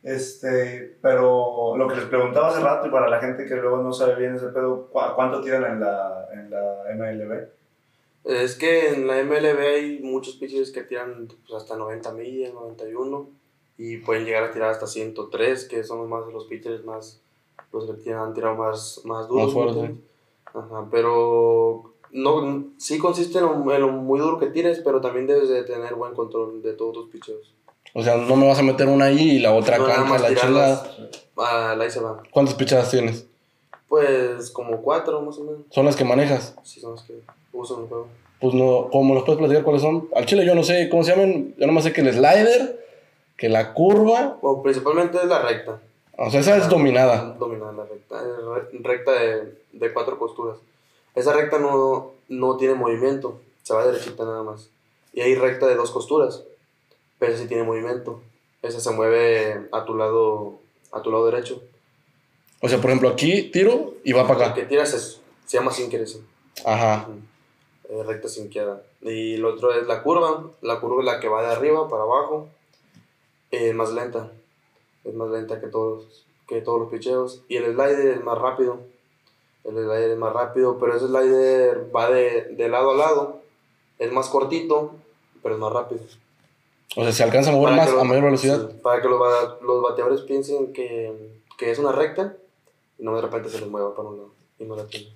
Speaker 2: Este, pero lo que les preguntaba hace rato y para la gente que luego no sabe bien ese pedo, ¿cu- ¿cuánto tiran en la, en la MLB?
Speaker 3: Es que en la MLB hay muchos pitchers que tiran pues, hasta 90 millas, 91, y pueden llegar a tirar hasta 103, que son los más los pitchers más, los que tiran- han tirado más, más duros.
Speaker 1: Más fuerte.
Speaker 3: ¿me entiendes? Ajá, pero no, sí consiste en lo, en lo muy duro que tires, pero también debes de tener buen control de todos tus pitchers.
Speaker 1: O sea, no me vas a meter una ahí y la otra
Speaker 3: No, nada
Speaker 1: cancha,
Speaker 3: más
Speaker 1: la
Speaker 3: tirarlas.
Speaker 1: chingada.
Speaker 3: Ah, la se va.
Speaker 1: ¿Cuántas pichadas tienes?
Speaker 3: Pues como cuatro más o menos.
Speaker 1: ¿Son las que manejas?
Speaker 3: Si son las que uso en el juego.
Speaker 1: pues no, como los puedes platicar cuáles son. Al chile yo no sé cómo se llaman, yo nomás sé que el slider, que la curva,
Speaker 3: Bueno, principalmente es la recta.
Speaker 1: o sea, esa es dominada.
Speaker 3: Ah, Dominada la recta. Es re- recta de, de cuatro costuras. Esa recta no, no tiene movimiento. Se va derechita nada más. Y hay recta de dos costuras. Pero esa sí tiene movimiento. Esa se mueve a tu lado, a tu lado derecho.
Speaker 1: O sea, por ejemplo, aquí tiro y va para
Speaker 3: El
Speaker 1: acá.
Speaker 3: que tiras es, se llama sin querer.
Speaker 1: Ajá.
Speaker 3: eh, recta sin queda. Y el otro es la curva. La curva es la que va de arriba para abajo. eh, más lenta. Es más lenta que todos, que todos los picheos. Y el slider es más rápido. El slider es más rápido, pero ese slider va de, de lado a lado. Es más cortito, pero es más rápido.
Speaker 1: O sea, se alcanza a mover
Speaker 3: Para
Speaker 1: más
Speaker 3: que
Speaker 1: a
Speaker 3: lo-
Speaker 1: mayor velocidad.
Speaker 3: sí, para que los, ba- los bateadores piensen que, que es una recta y no de repente se les mueva para un lado y no la tiene.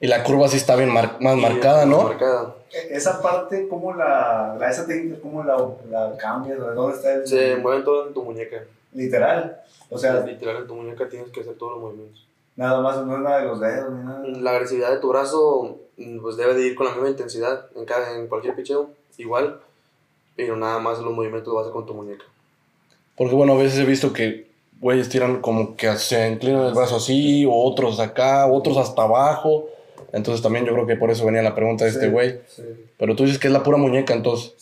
Speaker 1: Y la curva sí está bien mar- más
Speaker 3: Y-
Speaker 1: marcada, ¿no?
Speaker 3: Marcada.
Speaker 2: E- Esa parte, ¿cómo la, la esa técnica, cómo la, la cambias? ¿De dónde está el...?
Speaker 3: Se mueven todo en tu muñeca.
Speaker 2: Literal. O sea,
Speaker 3: literal en tu muñeca tienes que hacer todos los movimientos.
Speaker 2: nada más, no es nada de los dedos ni nada.
Speaker 3: La agresividad de tu brazo mm, pues debe de ir con la misma intensidad en, cada, en cualquier picheo, igual, pero nada más los movimientos los vas a hacer con tu muñeca.
Speaker 1: Porque bueno, a veces he visto que güeyes tiran como que se inclinan el brazo así, o otros acá, otros hasta abajo. Entonces también yo creo que por eso venía la pregunta de
Speaker 2: Sí.
Speaker 1: este güey.
Speaker 3: Sí.
Speaker 1: Pero tú dices que es la pura muñeca, entonces.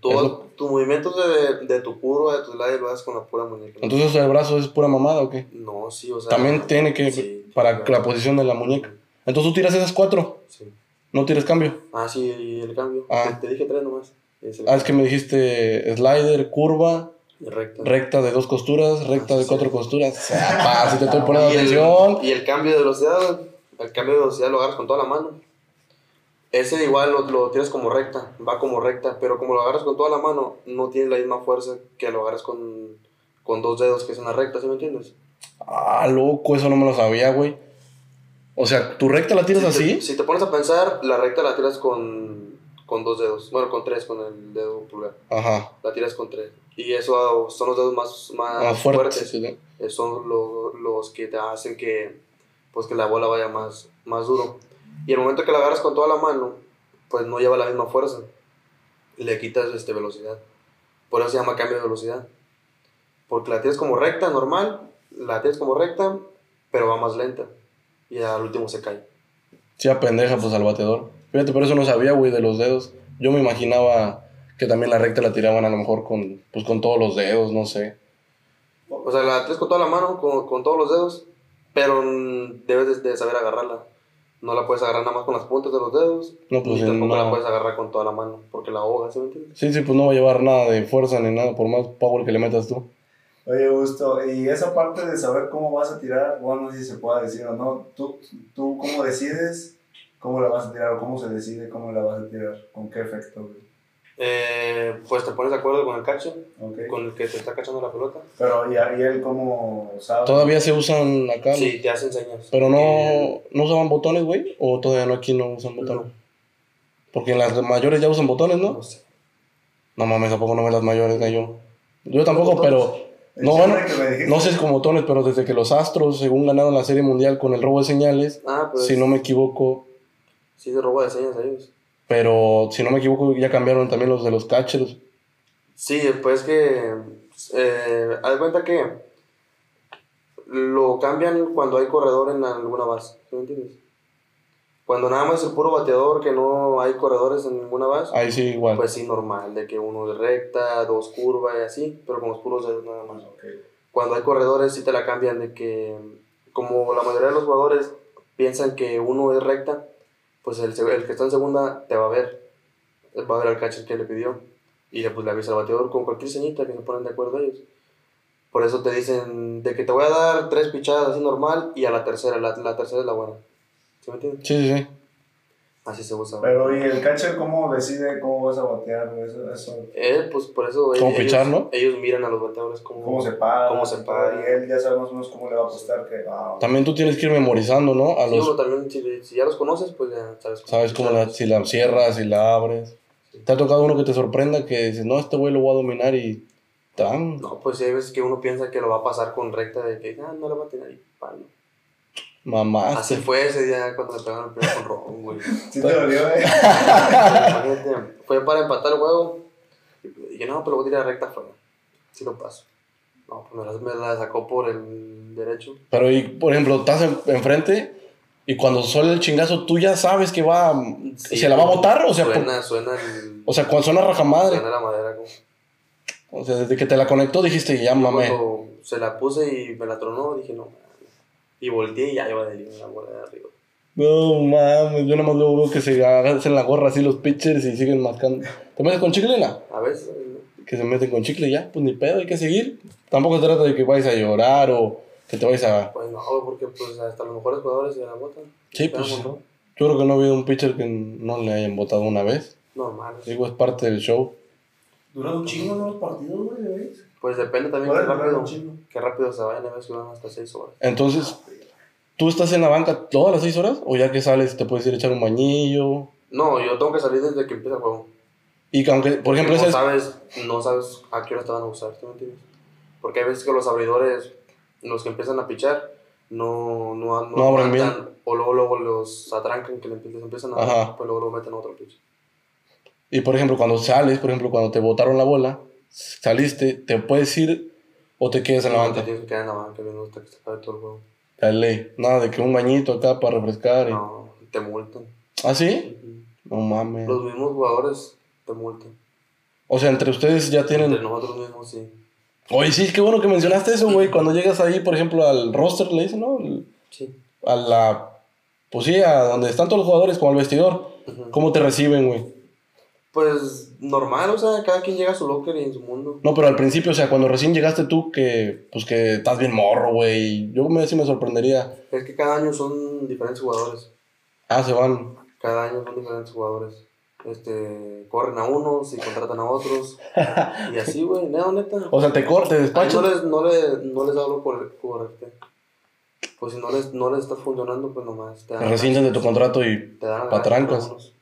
Speaker 3: todo tus movimientos de, de tu curva, de tus lados, lo haces con la pura muñeca.
Speaker 1: Entonces el brazo es pura mamada o qué?
Speaker 3: no, sí, o sea.
Speaker 1: También tiene que
Speaker 3: sí,
Speaker 1: para la
Speaker 3: claro.
Speaker 1: posición de la muñeca. Entonces tú tiras esas cuatro,
Speaker 3: Sí.
Speaker 1: no tiras cambio.
Speaker 3: Ah, sí, y el cambio.
Speaker 1: Ah.
Speaker 3: Te, te dije tres nomás. Es el-
Speaker 1: Ah, es que me dijiste slider, curva,
Speaker 3: el recta.
Speaker 1: recta de dos costuras, recta de
Speaker 3: Ah, sí.
Speaker 1: cuatro costuras. O sea, pa, si te estoy poniendo
Speaker 3: Y el-
Speaker 1: atención.
Speaker 3: y el cambio de velocidad, el cambio de velocidad lo agarras con toda la mano. Ese igual lo, lo tiras como recta, va como recta, pero como lo agarras con toda la mano, no tienes la misma fuerza que lo agarras con, con dos dedos, que es una recta, ¿sí me entiendes?
Speaker 1: Ah, loco, eso no me lo sabía, güey. O sea, tu recta la tiras
Speaker 3: si
Speaker 1: así.
Speaker 3: Te, si te pones a pensar, la recta la tiras con, con dos dedos, bueno, con tres, con el dedo pulgar,
Speaker 1: Ajá.
Speaker 3: la tiras con tres. Y eso son los dedos más, más,
Speaker 1: Más ah, fuerte.
Speaker 3: fuertes.
Speaker 1: sí, sí.
Speaker 3: eh, son lo- los que te hacen que, pues, que la bola vaya más, más duro. Y el momento que la agarras con toda la mano, pues no lleva la misma fuerza. Le quitas este, velocidad. Por eso se llama cambio de velocidad. Porque la tienes como recta, normal, la tienes como recta, pero va más lenta. Y al último se cae.
Speaker 1: Sí, pendeja, pues al bateador. Fíjate, pero eso no sabía, güey, de los dedos. Yo me imaginaba que también la recta la tiraban a lo mejor con, pues, con todos los dedos, no sé.
Speaker 3: O sea, la tienes con toda la mano, con, con todos los dedos, pero mm, debes de, de saber agarrarla. No la puedes agarrar nada más con las puntas de los dedos,
Speaker 1: No, pues
Speaker 3: y tampoco la
Speaker 1: no.
Speaker 3: puedes agarrar con toda la mano, porque la ahogas, ¿sí me entiendes?
Speaker 1: Sí, sí, pues no va a llevar nada de fuerza ni nada, por más power que le metas tú.
Speaker 2: Oye, Gusto, y esa parte de saber cómo vas a tirar, bueno, no sé si se pueda decir o no, ¿tú, tú cómo decides cómo la vas a tirar o cómo se decide cómo la vas a tirar? ¿Con qué efecto? güey?
Speaker 3: Eh, pues te pones de acuerdo con el cacho,
Speaker 2: ¿Ok?
Speaker 3: con el que te está cachando la pelota.
Speaker 2: Pero, ¿y, a- y él cómo sabe?
Speaker 1: Todavía se usan acá,
Speaker 3: Sí, te Eh, hace enseñas.
Speaker 1: pero no, no usaban botones, güey, o todavía no aquí no usan botones.
Speaker 3: No.
Speaker 1: Porque en las mayores ya usan botones, ¿no?
Speaker 3: No sé.
Speaker 1: No mames, tampoco no me las mayores, gallo. Yo tampoco, pero.
Speaker 2: El
Speaker 1: No,
Speaker 2: chisme
Speaker 1: bueno,
Speaker 2: que me dijiste.
Speaker 1: no sé si con botones, pero desde que los Astros, según ganaron la Serie Mundial con el robo de señales,
Speaker 3: Ah, pues.
Speaker 1: si no me equivoco,
Speaker 3: Sí, se roba de señas a ellos.
Speaker 1: pero si no me equivoco, ya cambiaron también los de los catchers.
Speaker 3: Sí, pues que. Eh, haz de cuenta que. Lo cambian cuando hay corredor en alguna base. ¿Sí me entiendes? Cuando nada más es el puro bateador, que no hay corredores en ninguna base.
Speaker 1: Ahí sí, igual.
Speaker 3: Pues sí, normal, de que uno de recta, dos curvas y así, pero con los puros dedos nada más.
Speaker 2: Ok.
Speaker 3: Cuando hay corredores sí te la cambian de que, como la mayoría de los jugadores piensan que uno es recta, pues el, seg- el que está en segunda te va a ver, va a ver al catcher que le pidió y le, pues, le avisa al bateador con cualquier señita que se ponen de acuerdo ellos. Por eso te dicen de que te voy a dar tres pichadas así normal y a la tercera, la, la tercera es la buena. ¿Sí me entiendes?
Speaker 1: Sí, sí, sí.
Speaker 3: Así se usa.
Speaker 2: Pero, ¿y el catcher cómo decide cómo vas a batear? Eso, eso,
Speaker 3: Eh, pues por eso
Speaker 1: ¿Cómo
Speaker 3: ellos,
Speaker 1: pichar, no?
Speaker 3: ellos miran a los bateadores como...
Speaker 2: ¿Cómo se para?
Speaker 3: ¿Cómo se para?
Speaker 2: Y él ya sabe más o menos cómo le va a apostar. Que, ah,
Speaker 1: También tú tienes que ir memorizando, ¿no? A
Speaker 3: Sí,
Speaker 1: los.
Speaker 3: bueno, también si, si ya los conoces, pues ya sabes cómo.
Speaker 1: Sabes cómo la, si la cierras, si la abres. ¿Te ha tocado uno que te sorprenda que dices, no, este güey lo voy a dominar y. ¡Tan!
Speaker 3: No, pues sí, hay veces que uno piensa que lo va a pasar con recta de que, ah, no la va a tener y palo. Así
Speaker 1: Mamaste.
Speaker 3: fue ese día cuando le pegaron el primer con rojo, güey.
Speaker 2: sí te dolió, eh.
Speaker 3: Imagínate, fue para empatar el juego. Y yo, no, pero voy a tirar recta afuera. Si lo paso. No, pues me la, me la sacó por el derecho.
Speaker 1: Pero, y, por ejemplo, estás en- enfrente y cuando suele el chingazo, tú ya sabes que va.
Speaker 3: Sí,
Speaker 1: ¿Se la va a botar? O sea, por-
Speaker 3: Suena, suena el-
Speaker 1: o sea cuando suena rajamadre.
Speaker 3: suena la madera, como.
Speaker 1: O sea, desde que te la conectó dijiste, ya mamé.
Speaker 3: Cuando se la puse y me la tronó, dije no. mames. Y volteé y ya iba de ahí una bola de arriba.
Speaker 1: No mames, yo nada más luego veo que se agachan la gorra así los pitchers y siguen mascando. ¿Te metes con chicle, na?
Speaker 3: A veces, ¿no?
Speaker 1: Que se meten con chicle y ya, pues ni pedo, hay que seguir. Tampoco se trata de que vayas a llorar o que te vayas a.
Speaker 3: pues no, porque pues hasta los mejores jugadores se la botan.
Speaker 1: Sí,
Speaker 3: Pero
Speaker 1: pues.
Speaker 3: no,
Speaker 1: Yo creo que no ha habido un pitcher que no le hayan votado una vez.
Speaker 3: Normal.
Speaker 1: Digo, es parte del show.
Speaker 2: Duran un chingo ¿no? los partidos, güey, de veras.
Speaker 3: Pues depende también qué
Speaker 2: Ahora duran
Speaker 3: rápido,
Speaker 2: un chingo.
Speaker 3: qué rápido se vayan, a veces duran hasta 6 horas.
Speaker 1: Entonces, ¿tú estás en la banca todas las seis horas? ¿O ya que sales te puedes ir a echar un bañillo?
Speaker 3: No, yo tengo que salir desde que empieza el juego.
Speaker 1: Y que aunque, por ejemplo,
Speaker 3: no
Speaker 1: ese es-
Speaker 3: sabes, no sabes a qué hora te van a usar, ¿tú me entiendes? Porque hay veces que los abridores, los que empiezan a pichar, no, no, no,
Speaker 1: No abren bien.
Speaker 3: aguantan, O luego, luego los atrancan, que le empie- les empiezan a
Speaker 1: Ajá.
Speaker 3: dar, pues luego, luego meten a otro pitch.
Speaker 1: Y por ejemplo, cuando sales, por ejemplo, cuando te botaron la bola, saliste, te puedes ir o te quedas en la
Speaker 3: No, te
Speaker 1: banca.
Speaker 3: tienes que quedar en la banca viendo hasta que se acabe todo el juego.
Speaker 1: La ley. Nada, de que un bañito acá para refrescar. Y...
Speaker 3: No, te multan.
Speaker 1: ¿Ah, sí?
Speaker 3: Ujú.
Speaker 1: No mames.
Speaker 3: Los mismos jugadores te multan.
Speaker 1: O sea, entre ustedes ya
Speaker 3: Entre
Speaker 1: tienen.
Speaker 3: nosotros mismos, sí.
Speaker 1: Oye, sí, qué bueno que mencionaste eso, güey. Cuando llegas ahí, por ejemplo, al roster, le dicen, ¿no? El-
Speaker 3: Sí.
Speaker 1: A la. Pues sí, a donde están todos los jugadores, como al vestidor.
Speaker 3: Ujú.
Speaker 1: ¿Cómo te reciben, güey?
Speaker 3: Pues normal, o sea, cada quien llega a su locker y en su mundo.
Speaker 1: No, pero al principio, o sea, cuando recién llegaste tú, que. Pues que estás bien morro, güey. Yo me, sí me sorprendería.
Speaker 3: Es que cada año son diferentes jugadores.
Speaker 1: Ah, se van.
Speaker 3: Cada año son diferentes jugadores. Este, corren a unos y contratan a otros. y así, güey, neta, neta.
Speaker 1: O sea, te cortes,
Speaker 3: A mí
Speaker 1: despachas.
Speaker 3: no les, no, les, no les hablo por, por este. Pues si no les, no les está funcionando, pues nomás te dan.
Speaker 1: Rescindes de tu contrato y
Speaker 3: Te dan
Speaker 1: patrancas.
Speaker 3: algunos.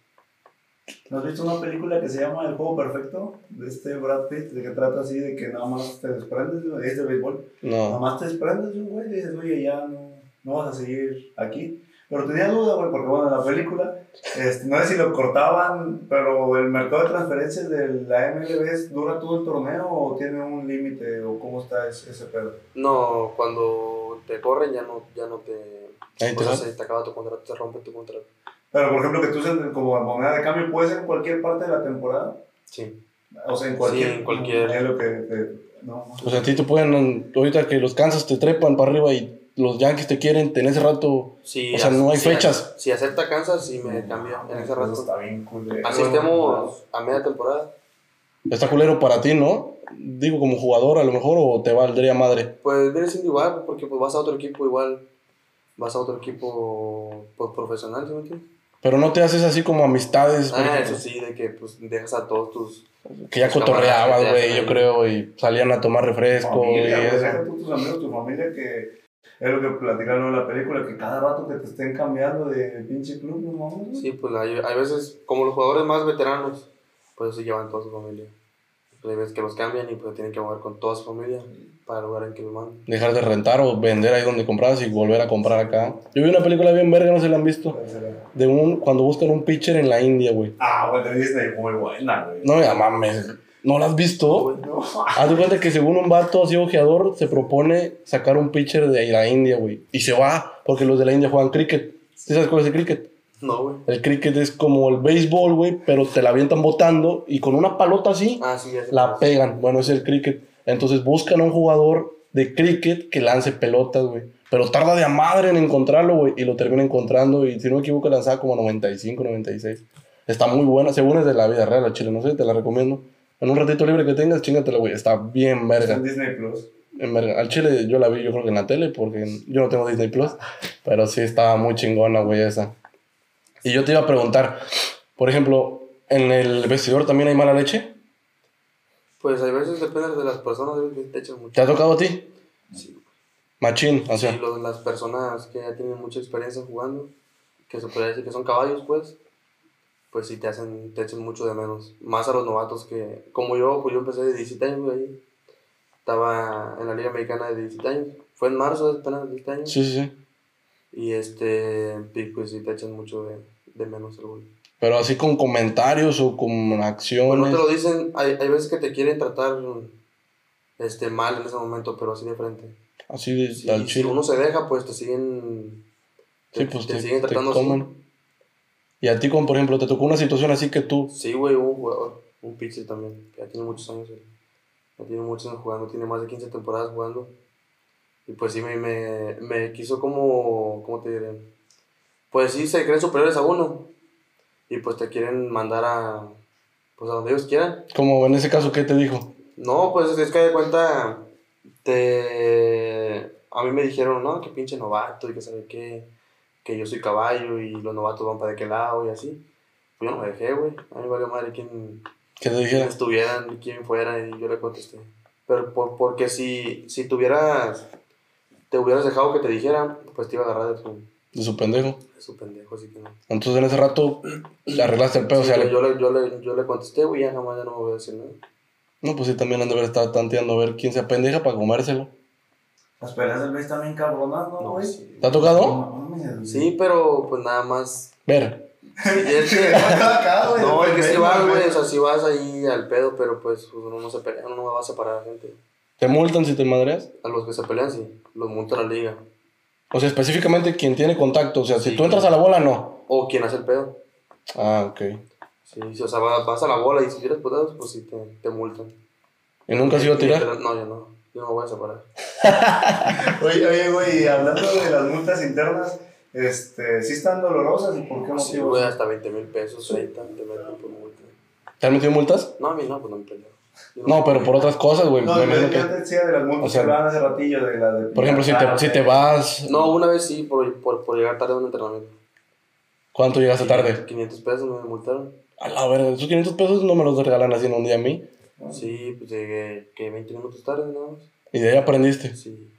Speaker 2: ¿No has visto una película que se llama El Juego Perfecto? De este Brad Pitt, de que trata así de que nada más te desprendes, güey, es de béisbol, nada
Speaker 1: no.
Speaker 2: más te desprendes, de un güey, y dices, oye, ya no, no vas a seguir aquí. Pero tenía duda, güey, porque bueno, en la película, este, no sé si lo cortaban, pero el mercado de transferencias de la MLB dura todo el torneo o tiene un límite o cómo está ese, ese pedo.
Speaker 3: No, cuando te corren ya no, ya no te.
Speaker 1: Ahí te
Speaker 3: pues, o
Speaker 1: vas.
Speaker 3: sea, se te acaba tu contrato, te rompe tu contrato.
Speaker 2: Pero por ejemplo, que tú uses como moneda de cambio, puede ser en cualquier parte de la temporada,
Speaker 3: Sí.
Speaker 2: o sea, en cualquier.
Speaker 3: en cualquier-
Speaker 2: Es lo que. te- no,
Speaker 1: O sea, a ti te pueden, ahorita que los Kansas te trepan para arriba y los Yankees te quieren, en ese rato,
Speaker 3: Si
Speaker 1: O sea, no hay
Speaker 3: si-
Speaker 1: fechas.
Speaker 3: Si acepta Kansas, sí me cambia en ese
Speaker 2: rato
Speaker 3: rato.
Speaker 2: Está bien culero.
Speaker 3: Así estemos a media temporada.
Speaker 1: está culero para ti, ¿no? Digo, como jugador a lo mejor, o te valdría madre.
Speaker 3: Pues viene siendo igual, porque pues vas a otro equipo igual. Vas a otro equipo pues, profesional, ¿sí me entiendes?
Speaker 1: Pero no te haces así como amistades, por
Speaker 3: Ah,
Speaker 1: ejemplo,
Speaker 3: eso sí, de que pues dejas a todos tus.
Speaker 1: que ya
Speaker 2: Pues
Speaker 3: Los camaradas que
Speaker 1: cotorreabas,
Speaker 3: te
Speaker 1: güey,
Speaker 3: hacen
Speaker 1: yo
Speaker 3: ahí.
Speaker 1: creo, y salían a tomar refresco.
Speaker 2: Familia,
Speaker 1: y
Speaker 2: güey,
Speaker 1: eso.
Speaker 2: deja tú tus amigos, tu familia que Es lo que platican luego en la película, que cada rato que te estén cambiando de pinche club, no mames.
Speaker 3: Sí, pues hay, hay veces, como los jugadores más veteranos, pues sí llevan toda su familia. Pues hay veces que los cambian y pues tienen que mover con toda su familia para el lugar en que me mandan.
Speaker 1: Dejar de rentar o vender ahí donde comprabas y volver a comprar acá. Yo vi una película bien verga, no se la han visto. De un, cuando buscan un pitcher en la India, güey.
Speaker 2: Ah, güey, de Disney, muy buena, güey.
Speaker 1: No me mames. ¿No la has visto?
Speaker 3: Güey,
Speaker 2: No,
Speaker 1: Haz de cuenta que según un vato así ojeador se propone sacar un pitcher de la India, güey. Y se va, porque los de la India juegan cricket. ¿Sí sabes cuál es el cricket?
Speaker 3: No, güey.
Speaker 1: El cricket es como el béisbol, güey, pero te la avientan botando y con una palota así
Speaker 3: Ah, sí, ya sé
Speaker 1: la
Speaker 3: cuál es.
Speaker 1: pegan. Bueno, es el cricket. Entonces buscan a un jugador de cricket que lance pelotas, güey. Pero tarda de a madre en encontrarlo, güey. Y lo termina encontrando. Y si no me equivoco, lanzaba como 95, 96. Está muy buena. Según es de la vida real, la chile. No sé, te la recomiendo. En un ratito libre que tengas, chingatela, güey. Está bien
Speaker 2: es
Speaker 1: verga.
Speaker 2: en Disney Plus.
Speaker 1: En verga. Al chile yo la vi, yo creo que en la tele, porque en- yo no tengo Disney Plus. Pero sí estaba muy chingona, güey, esa. Y yo te iba a preguntar, por ejemplo, ¿en el vestidor también hay mala leche?
Speaker 3: Pues hay veces depende de las personas, güey, que te echan mucho.
Speaker 1: ¿Te ha tocado a ti?
Speaker 3: Sí.
Speaker 1: Machín, o sea.
Speaker 3: Y lo- las personas que ya tienen mucha experiencia jugando, que se podría decir que son caballos, pues, pues sí te hacen, te echan mucho de menos. Más a los novatos que, como yo, pues yo empecé de 17 años, güey. Estaba en la Liga Americana de 17 años. Fue en marzo, apenas de 17 años.
Speaker 1: Sí, sí, sí.
Speaker 3: Y este, y, pues sí te echan mucho de, de menos el güey.
Speaker 1: Pero así con comentarios o con
Speaker 3: Pues no
Speaker 1: acciones.
Speaker 3: te lo dicen, hay, hay veces que te quieren tratar este, mal en ese momento, pero así de frente.
Speaker 1: Así de
Speaker 3: Sí,
Speaker 1: al
Speaker 3: si
Speaker 1: chile.
Speaker 3: uno se deja, pues te siguen. Te,
Speaker 1: Sí, pues
Speaker 3: te
Speaker 1: te,
Speaker 3: siguen
Speaker 1: te
Speaker 3: tratando así.
Speaker 1: comen. Y a ti, como por ejemplo, te tocó una situación así que tú.
Speaker 3: Sí, güey, hubo un jugador, un pitcher también, que ya tiene muchos años. güey. Ya tiene muchos años jugando, tiene más de 15 temporadas jugando. Y pues sí, me, me, me quiso como. ¿Cómo te diré? Pues sí, se creen superiores a uno. Y pues te quieren mandar a. Pues a donde ellos quieran.
Speaker 1: Como en ese caso, ¿qué te dijo?
Speaker 3: No, pues es que de cuenta, te... a mí me dijeron, no, que pinche novato y que sabe qué, que yo soy caballo y los novatos van para de qué lado y así. Pues yo no me dejé, güey. A mí valió madre quién,
Speaker 1: Que te
Speaker 3: quién
Speaker 1: dijera.
Speaker 3: estuvieran y quién fuera y yo le contesté. Pero por- porque si, si tuvieras, te hubieras dejado que te dijeran, pues te iba a agarrar de su,
Speaker 1: De su pendejo.
Speaker 3: de su pendejo, así que no.
Speaker 1: Entonces en ese rato le arreglaste el pedo.
Speaker 3: Sí,
Speaker 1: o sea,
Speaker 3: pero
Speaker 1: le-
Speaker 3: yo, le, yo, le, yo le contesté, güey, ya jamás ya no me voy a decir nada.
Speaker 1: No, pues sí, también han de haber estado tanteando a ver quién se apendeja para comérselo.
Speaker 2: Las peleas del béisbol también cabronas, ¿no, güey?
Speaker 3: sí.
Speaker 1: ¿Te ha tocado?
Speaker 2: No mames.
Speaker 3: Sí, pero pues nada más.
Speaker 1: Ver.
Speaker 3: Y es que-
Speaker 2: Acá, güey,
Speaker 3: No, es que si
Speaker 2: pendejo,
Speaker 3: vas, güey, o sea, si vas ahí al pedo, pero pues, pues, uno no se pelea, uno no va a separar a gente.
Speaker 1: ¿Te multan si te madreas?
Speaker 3: A los que se pelean, sí, los monta la liga.
Speaker 1: O sea, específicamente quien tiene contacto. O sea, si
Speaker 3: Sí.
Speaker 1: tú entras a la bola, no.
Speaker 3: O quien hace el pedo.
Speaker 1: Ah, ok.
Speaker 3: Sí, sí, o sea, va- vas, a la bola y si tiras putados, pues sí, te, te multan.
Speaker 1: ¿Y nunca has ido a tirar?
Speaker 3: No, yo no. Yo no me voy a separar.
Speaker 2: Oye, oye, güey, y hablando de las multas internas, este, sí están dolorosas y por qué
Speaker 3: Ah, Sí,
Speaker 2: motivo.
Speaker 3: güey, hasta 20 mil pesos, 30, te meten por multa.
Speaker 1: ¿Te han metido multas?
Speaker 3: No, a mí no, pues no me peleo. Yo
Speaker 1: No, pero por otras cosas, güey.
Speaker 2: no,
Speaker 1: Me
Speaker 2: yo,
Speaker 1: imagino
Speaker 2: yo
Speaker 1: que-
Speaker 2: te decía de las multas
Speaker 1: Pues O sea,
Speaker 2: que hablaban hace ratillo de la de
Speaker 1: Por ejemplo, si te, si te vas,
Speaker 3: No, una vez sí, por, por, por llegar tarde a un entrenamiento.
Speaker 1: ¿cuánto llegaste tarde?
Speaker 3: 500 pesos me multaron.
Speaker 1: A la verga, esos 500 pesos no me los regalan así en un día a mí.
Speaker 3: Sí, pues llegué que 20 minutos tarde, nada más.
Speaker 1: Y de ahí aprendiste.
Speaker 3: Sí.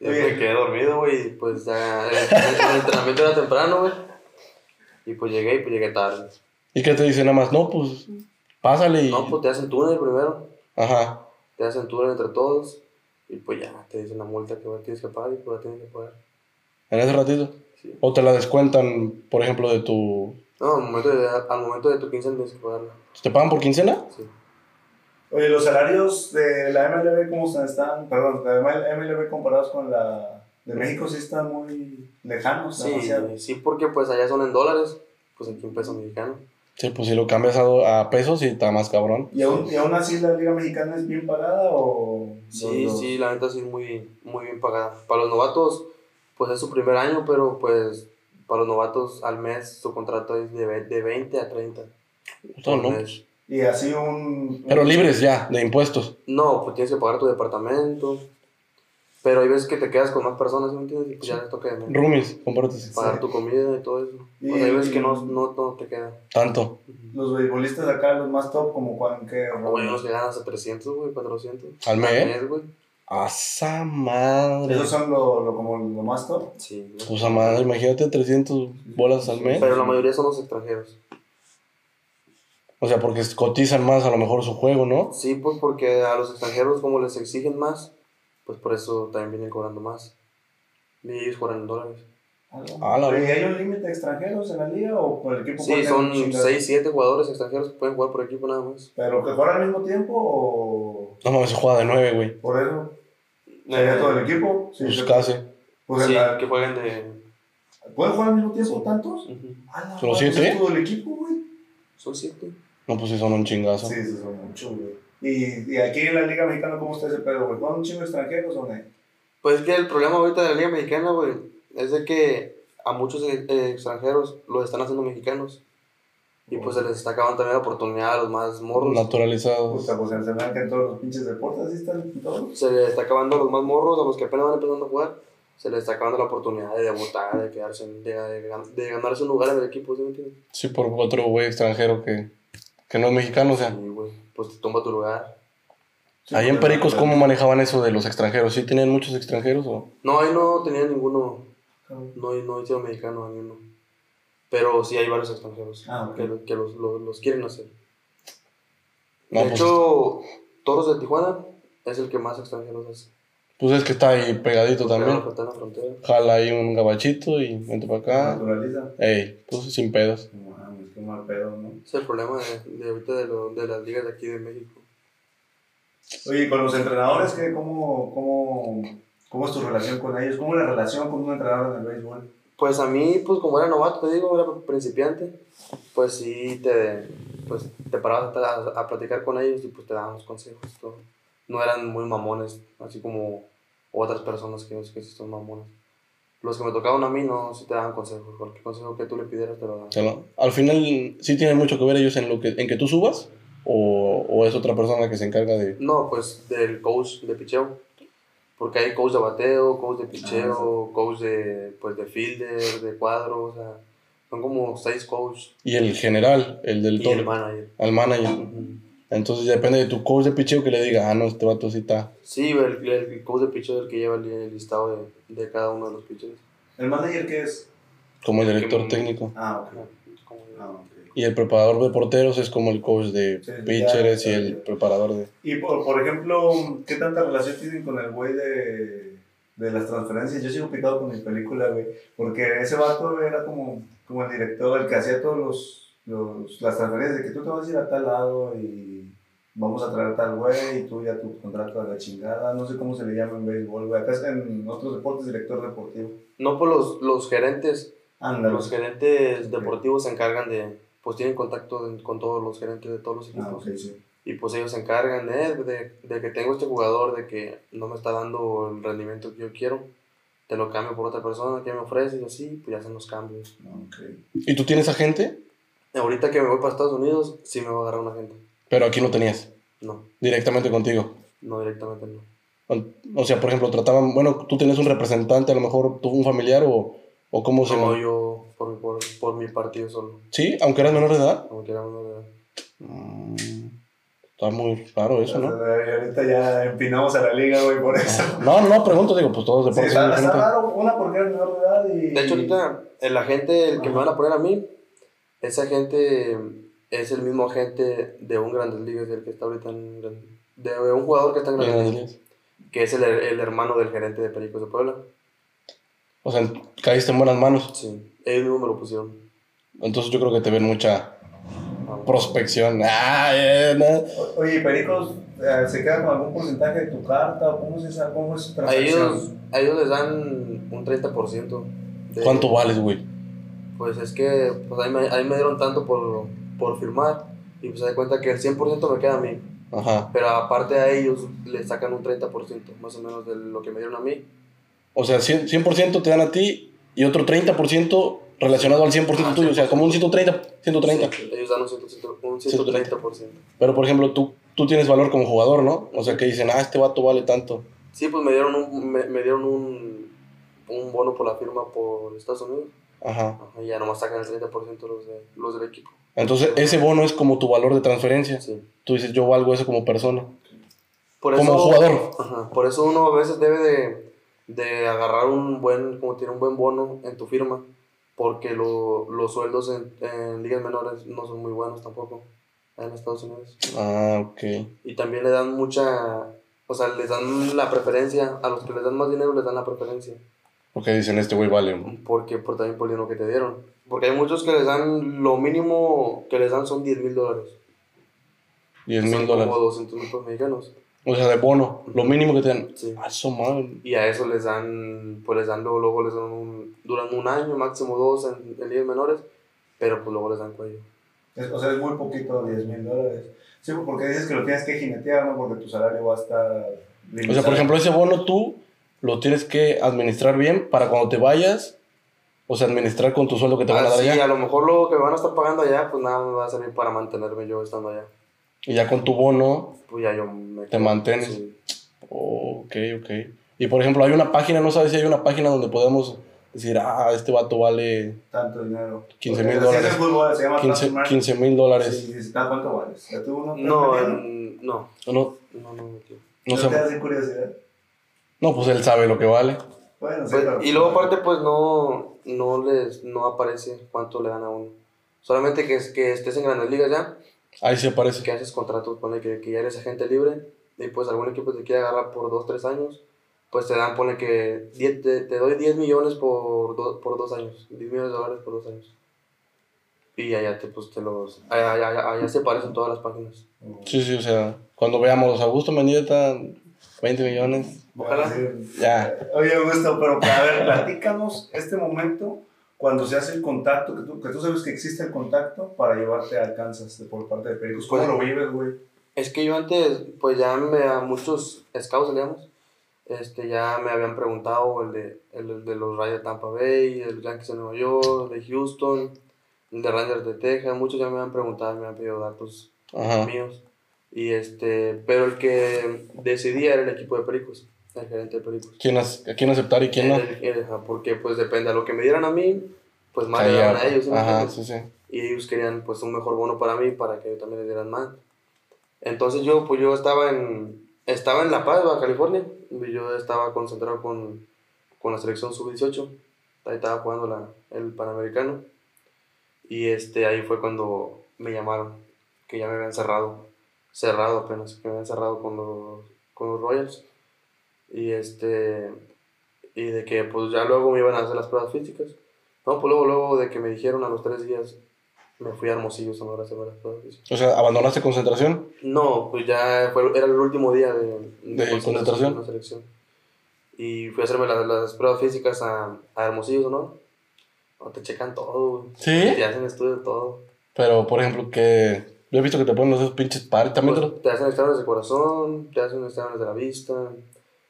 Speaker 2: Muy
Speaker 3: Yo
Speaker 2: bien.
Speaker 3: me quedé dormido, güey, y pues ya el, el entrenamiento era temprano, güey. Y pues llegué y pues llegué tarde.
Speaker 1: ¿Y qué te dicen nada más? No, pues, pásale y...
Speaker 3: No, pues te hacen túnel primero,
Speaker 1: Ajá.
Speaker 3: te hacen túnel entre todos y pues ya te dicen la multa que va- tienes que pagar y pues la tienes que pagar.
Speaker 1: En ese ratito.
Speaker 3: Sí.
Speaker 1: O te la descuentan, por ejemplo, de tu...
Speaker 3: No, al momento de, al momento de tu quincena tienes que pagarla.
Speaker 1: ¿Te pagan por quincena?
Speaker 3: Sí.
Speaker 2: Oye, los salarios de la MLB, ¿cómo se están? Perdón, de la MLB comparados con la de México, sí están muy lejanos.
Speaker 3: Sí,
Speaker 2: demasiado.
Speaker 3: sí, porque pues allá son en dólares, pues aquí en peso mexicano.
Speaker 1: Sí, pues si lo cambias a, do- a pesos y está más cabrón.
Speaker 2: ¿Y aún, ¿Y aún así la Liga Mexicana es bien pagada o.?
Speaker 3: Sí,
Speaker 2: los- los-
Speaker 3: sí, la neta sí es muy, muy bien pagada. Para los novatos, pues es su primer año, pero pues para los novatos al mes su contrato es de, ve- de 20 a 30.
Speaker 1: Todo,
Speaker 3: por
Speaker 1: ¿no?
Speaker 3: mes.
Speaker 2: Y así un.
Speaker 1: Pero libres ya, de impuestos.
Speaker 3: No, pues tienes que pagar tu departamento, pero hay veces que te quedas con más personas, ¿sí ¿me entiendes? Y pues ya les toca de menos.
Speaker 1: Roomies, compártese.
Speaker 3: pagar
Speaker 2: Sí.
Speaker 3: tu comida y todo eso.
Speaker 2: Y-
Speaker 3: O sea, hay veces que no, no, no te queda.
Speaker 1: Tanto.
Speaker 2: Los beisbolistas
Speaker 3: Ah,
Speaker 2: acá, los más top, como Juan, que.
Speaker 3: O hay unos que ganan hasta 300, güey, 400.
Speaker 1: ¿Al mes?
Speaker 3: güey.
Speaker 1: ¡Asa madre!
Speaker 2: Esos son lo, lo- como lo más top.
Speaker 3: Sí. ¿no?
Speaker 1: Pues a madre, imagínate 300 bolas al mes.
Speaker 3: Pero la mayoría son los extranjeros.
Speaker 1: O sea, porque cotizan más a lo mejor su juego, ¿no?
Speaker 3: Sí, pues porque a los extranjeros como les exigen más, pues por eso también vienen cobrando más. Y ellos cobran en dólares.
Speaker 1: Ah, la
Speaker 2: ¿Y
Speaker 1: verga.
Speaker 2: hay un límite de extranjeros en la liga o por el equipo?
Speaker 3: Sí,
Speaker 2: juega
Speaker 3: son
Speaker 2: chingas?
Speaker 3: 6, 7 jugadores extranjeros que pueden jugar por equipo nada más.
Speaker 2: ¿Pero que juegan al mismo tiempo o
Speaker 1: No mames, se juega de 9, güey.
Speaker 2: por eso? ¿Sería todo el equipo? Sí,
Speaker 1: Pues
Speaker 2: se-
Speaker 1: casi.
Speaker 2: pues en
Speaker 3: Eh, sí,
Speaker 2: la-
Speaker 3: que jueguen de...
Speaker 2: ¿Pueden jugar al mismo tiempo tantos?
Speaker 3: Ujú.
Speaker 2: A la
Speaker 1: ¿Son los
Speaker 2: madre,
Speaker 1: siete?
Speaker 2: ¿es todo el equipo, güey?
Speaker 3: Son 7.
Speaker 1: No, pues sí son un chingazo.
Speaker 2: Sí, eso son mucho, güey. ¿Y, y aquí en la Liga Mexicana cómo está ese pedo, güey? ¿Juegan un chingo de extranjeros o no?
Speaker 3: Pues es que el problema ahorita de la Liga Mexicana, güey, es de que a muchos eh, eh, extranjeros los están haciendo mexicanos. Y pues se les está acabando también la oportunidad a los más morros.
Speaker 1: Naturalizados.
Speaker 2: Puta, pues en Semana que en todos los pinches deportes así están todos.
Speaker 3: Se les está acabando a los más morros, a los que apenas van empezando a jugar. Se les está acabando la oportunidad de debutar, de quedarse, en- de, de gan- de ganarse un lugar en el equipo, ¿sí me entiendes?
Speaker 1: Sí, por otro güey extranjero que, que no es mexicano, o sea.
Speaker 3: Y, güey, pues te toma tu lugar.
Speaker 1: Ahí
Speaker 2: pues,
Speaker 1: en Pericos, ¿cómo manejaban eso de los extranjeros? ¿Sí tenían muchos extranjeros o...?
Speaker 3: No, ahí no tenía ninguno, no, no hicieron mexicano, ninguno. Pero sí hay varios extranjeros
Speaker 2: Ah, ok.
Speaker 3: que, lo- que los, los- los quieren hacer.
Speaker 1: No,
Speaker 3: de
Speaker 1: pues,
Speaker 3: hecho, Toros de Tijuana es el que más extranjeros hace.
Speaker 1: pues es que está ahí pegadito
Speaker 3: Claro,
Speaker 1: también.
Speaker 3: que Está en la frontera.
Speaker 1: Jala ahí un gabachito y vente para acá.
Speaker 2: Naturaliza.
Speaker 1: Ey, pues sin pedos.
Speaker 2: No mames, qué mal pedo, ¿no?
Speaker 3: Es el problema de, de ahorita de, lo- de las ligas de aquí de México.
Speaker 2: Oye, ¿y con los entrenadores, ¿qué? ¿Cómo, cómo, ¿cómo es tu relación con ellos? ¿Cómo es la relación con un entrenador en el béisbol?
Speaker 3: Pues a mí, pues como era novato, te digo, era principiante, pues sí te, pues, te parabas a, a- a platicar con ellos y pues te daban los consejos. y todo. No eran muy mamones, así como otras personas que, que sí son mamones. Los que me tocaban a mí no, sí te daban consejos. Cualquier consejo que tú le pidieras te lo daban.
Speaker 1: O sea, ¿no? Al final, ¿sí tienen mucho que ver ellos en, lo que, en que tú subas? ¿O, o es otra persona que se encarga de...?
Speaker 3: No, pues del coach de picheo. Porque hay coach de bateo, coach de picheo, coach de, pues, de fielder, de cuadro, o sea, son como seis coaches
Speaker 1: Y el general, el del
Speaker 3: y
Speaker 1: todo,
Speaker 3: el manager.
Speaker 1: al manager. Entonces depende de tu coach de picheo que le diga, ah, no, este vato sí está...
Speaker 3: Sí, el, el coach de picheo es el que lleva el, el listado de, de cada uno de los pitchers.
Speaker 2: ¿El manager qué es?
Speaker 1: Como el
Speaker 3: Que-
Speaker 1: director técnico.
Speaker 2: Ah, ok.
Speaker 3: Como-
Speaker 2: Ah, ok.
Speaker 1: Y el preparador de porteros es como el coach de
Speaker 2: Sí, sí,
Speaker 1: pitchers
Speaker 2: ya,
Speaker 1: y
Speaker 2: ya,
Speaker 1: el
Speaker 2: ya.
Speaker 1: preparador de...
Speaker 2: Y por, por ejemplo, ¿qué tanta relación tienen con el güey de, de las transferencias? Yo sigo picado con mi película, güey. Porque ese vato era como, como el director, el que hacía todos los, los- las transferencias de que tú te vas a ir a tal lado y vamos a traer a tal güey y tú ya tu contrato a la chingada. No sé cómo se le llama en béisbol, güey. Acá es en otros deportes director deportivo. Ah,
Speaker 3: No, pues los, los gerentes,
Speaker 2: Ándale.
Speaker 3: los gerentes deportivos se encargan de, pues tienen contacto de- con todos los gerentes de todos los equipos.
Speaker 2: Ah, ok, sí.
Speaker 3: Y pues ellos se encargan eh, de, de que tengo este jugador, de que no me está dando el rendimiento que yo quiero, te lo cambio por otra persona que me ofrece y así, pues ya hacen los cambios.
Speaker 2: Ah, Ok.
Speaker 1: ¿Y tú tienes agente?
Speaker 3: Ahorita que me voy para Estados Unidos, sí me va a agarrar una gente.
Speaker 1: Pero aquí no tenías,
Speaker 3: No,
Speaker 1: directamente contigo.
Speaker 3: no directamente no.
Speaker 1: O- O sea, por ejemplo, trataban, bueno, tú tenías un representante, a lo mejor tú un familiar o, o cómo se...
Speaker 3: No, yo por, mi- por, por mi partido solo,
Speaker 1: Sí, aunque eras menor de edad.
Speaker 3: como quiera uno de edad.
Speaker 1: Mm, Está muy raro eso, ¿no?
Speaker 2: Y ahorita ya empinamos a la liga, güey, por eso.
Speaker 1: No, no, pregunto, digo, pues todos los
Speaker 2: Sí,
Speaker 1: deportes
Speaker 2: está,
Speaker 1: son
Speaker 2: está
Speaker 1: diferentes.
Speaker 2: raro, una porque es menor de edad y...
Speaker 3: De hecho, ahorita el agente, el que me van a poner a mí, ese agente es el mismo agente de un Grandes Ligas, del que está ahorita en... Gran- De un jugador que está en
Speaker 1: Ya,
Speaker 3: Grandes Ligas.
Speaker 1: Andrés.
Speaker 3: que es el, el hermano del gerente de Pericos de Puebla.
Speaker 1: O sea, caíste en buenas manos.
Speaker 3: Sí, ellos mismos me lo pusieron.
Speaker 1: Entonces yo creo que te ven mucha
Speaker 3: Ah,
Speaker 1: prospección. Ah, eh, no.
Speaker 2: O- Oye, Pericos, eh, ¿se queda con algún porcentaje de tu carta? ¿O ¿Cómo es esa, cómo es su
Speaker 3: A ellos,
Speaker 2: transacción?
Speaker 3: a ellos les dan un 30%. de-
Speaker 1: ¿Cuánto vales, güey?
Speaker 3: Pues es que pues ahí, me, ahí me dieron tanto por, por firmar y pues se da cuenta que el 100% me queda a mí.
Speaker 1: Ajá.
Speaker 3: Pero aparte a ellos les sacan un 30% más o menos de lo que me dieron a mí.
Speaker 1: O sea, 100%, 100 te dan a ti y otro 30% relacionado al 100%
Speaker 3: Ah,
Speaker 1: tuyo. O sea,
Speaker 3: 100%.
Speaker 1: como un 130, 130.
Speaker 3: Sí, ellos dan un, 100%, un 130%.
Speaker 1: Pero, por ejemplo, tú, tú tienes valor como jugador, ¿no? O sea, que dicen, ah, este vato vale tanto.
Speaker 3: Sí, pues me dieron un, me, me dieron un, un bono por la firma por Estados Unidos.
Speaker 1: Ajá.
Speaker 3: Ajá, ya nomás sacan el 30% los, de, los del equipo.
Speaker 1: Entonces, ese bono es como tu valor de transferencia.
Speaker 3: Sí.
Speaker 1: Tú dices, yo valgo eso como persona.
Speaker 3: Por
Speaker 1: como
Speaker 3: eso-
Speaker 1: jugador.
Speaker 3: Ajá, Por eso uno a veces debe de, de agarrar un buen, como tiene un buen bono en tu firma, porque lo- los sueldos en, en ligas menores no son muy buenos tampoco en Estados Unidos.
Speaker 1: Ah, ok.
Speaker 3: Y también le dan mucha, o sea, les dan la preferencia, a los que les dan más dinero les dan la preferencia,
Speaker 1: Ok, dicen, este güey vale.
Speaker 3: porque por también por el dinero que te dieron. Porque hay muchos que les dan, lo mínimo que les dan son 10 mil dólares.
Speaker 1: 10
Speaker 3: Son
Speaker 1: mil dólares.
Speaker 3: Como 200 mil pesos mexicanos.
Speaker 1: O sea, de bono. Lo mínimo que te dan.
Speaker 3: Sí.
Speaker 1: Ah, su madre.
Speaker 3: Y a eso les dan, pues les dan luego, luego les dan un, duran un año, máximo dos en, en ligas menores, pero pues luego les dan cuello.
Speaker 2: Es- o sea, es muy poquito, 10 mil dólares. Sí, porque dices que lo tienes que jinetear, ¿no? Porque tu salario va a estar
Speaker 1: O sea,
Speaker 2: limitado.
Speaker 1: por ejemplo, ese bono tú lo tienes que administrar bien para cuando te vayas. O sea, administrar con tu sueldo que te van a dar
Speaker 3: Así,
Speaker 1: allá.
Speaker 3: a lo mejor lo que me van a estar pagando allá, pues nada me va a servir para mantenerme yo estando allá.
Speaker 1: Y ya con tu bono.
Speaker 3: Pues ya yo me...
Speaker 1: Te mantienes.
Speaker 3: Sí.
Speaker 1: Oh, ok, ok. Y por ejemplo, hay una página, no sabes si hay una página donde podemos decir, ah, este vato vale
Speaker 2: Tanto dinero.
Speaker 1: 15
Speaker 2: Porque
Speaker 1: mil
Speaker 2: así es
Speaker 1: dólares.
Speaker 2: el fútbol, se llama
Speaker 1: 15
Speaker 2: transfer market.
Speaker 1: 15 mil dólares.
Speaker 2: Sí, dices, "Ah, ¿Cuánto vales? ¿Ya tuvo uno?
Speaker 3: No,
Speaker 2: ¿Te
Speaker 3: en- no,
Speaker 1: No,
Speaker 3: no, no, no, tío.
Speaker 1: no
Speaker 2: ¿No te
Speaker 1: sé.
Speaker 2: das de curiosidad?
Speaker 1: No, pues él sabe lo que vale.
Speaker 2: Bueno, sí,
Speaker 3: Pues,
Speaker 2: pero-
Speaker 3: y luego aparte pues no, no les, no aparece cuánto le dan a uno. Solamente que, es- que estés en grandes ligas ya, pues,
Speaker 1: Ahí sí aparece.
Speaker 3: que haces contratos, pone que, que ya eres agente libre y pues algún equipo te quiere agarrar por 2, 3 años, pues te dan, pone que 10 te, te doy 10 millones por, do- por 2 años, 10 millones de dólares por 2 años. Y allá te, pues, te los, allá, allá- allá se parecen todas las páginas.
Speaker 1: Sí, sí, o sea, cuando veamos Augusto Mendieta, 20 millones.
Speaker 3: Ojalá.
Speaker 2: Sí.
Speaker 1: Ya.
Speaker 2: Oye, Augusto, pero a ver, platícanos este momento cuando se hace el contacto, que tú, que tú sabes que existe el contacto para llevarte a Kansas de- por parte de Pericos. ¿Cómo
Speaker 3: Pues-
Speaker 2: lo vives, güey?
Speaker 3: Es que yo antes, pues ya me, a muchos scouts, digamos, este, ya me habían preguntado el de, el de los Rayos de Tampa Bay, el Yankees de Nueva York, de Houston, el de Rangers de Texas, muchos ya me han preguntado, me han pedido datos
Speaker 1: Ajá.
Speaker 3: míos. Y este, pero el que decidía era el equipo de Pericos, el gerente de Pericos.
Speaker 1: ¿Quién, ac- a quién aceptar y quién no?
Speaker 3: El- el- ajá, porque pues depende a lo que me dieran a mí, pues más le daban
Speaker 1: Caía.
Speaker 3: a ellos. ¿sí me
Speaker 1: Ajá,
Speaker 3: entiendes?
Speaker 1: sí, sí.
Speaker 3: y ellos querían pues un mejor bono para mí para que yo también le dieran más. Entonces yo pues yo estaba en estaba en La Paz, Baja California, y yo estaba concentrado con, con la selección sub-18, ahí estaba jugando la, el Panamericano y este ahí fue cuando me llamaron, que ya me habían cerrado, cerrado apenas, que me habían cerrado con los, con los Royals y este y de que pues ya luego me iban a hacer las pruebas físicas. No, pues luego, luego de que me dijeron a los tres días, me fui a Hermosillo, Sonora, a hacer las pruebas físicas.
Speaker 1: O sea, ¿abandonaste concentración?
Speaker 3: No, pues ya fue, era el último día de,
Speaker 1: ¿De concentración?
Speaker 3: de la selección. Y fui a hacerme las, las pruebas físicas a, a Hermosillo, Sonora. No, te checan todo, güey.
Speaker 1: Sí.
Speaker 3: Te hacen estudio de todo.
Speaker 1: Pero, por ejemplo, que... Yo he visto que te ponen esos pinches pares. También te
Speaker 3: Pues,
Speaker 1: lo-
Speaker 3: te hacen exámenes de corazón, te hacen exámenes de la vista,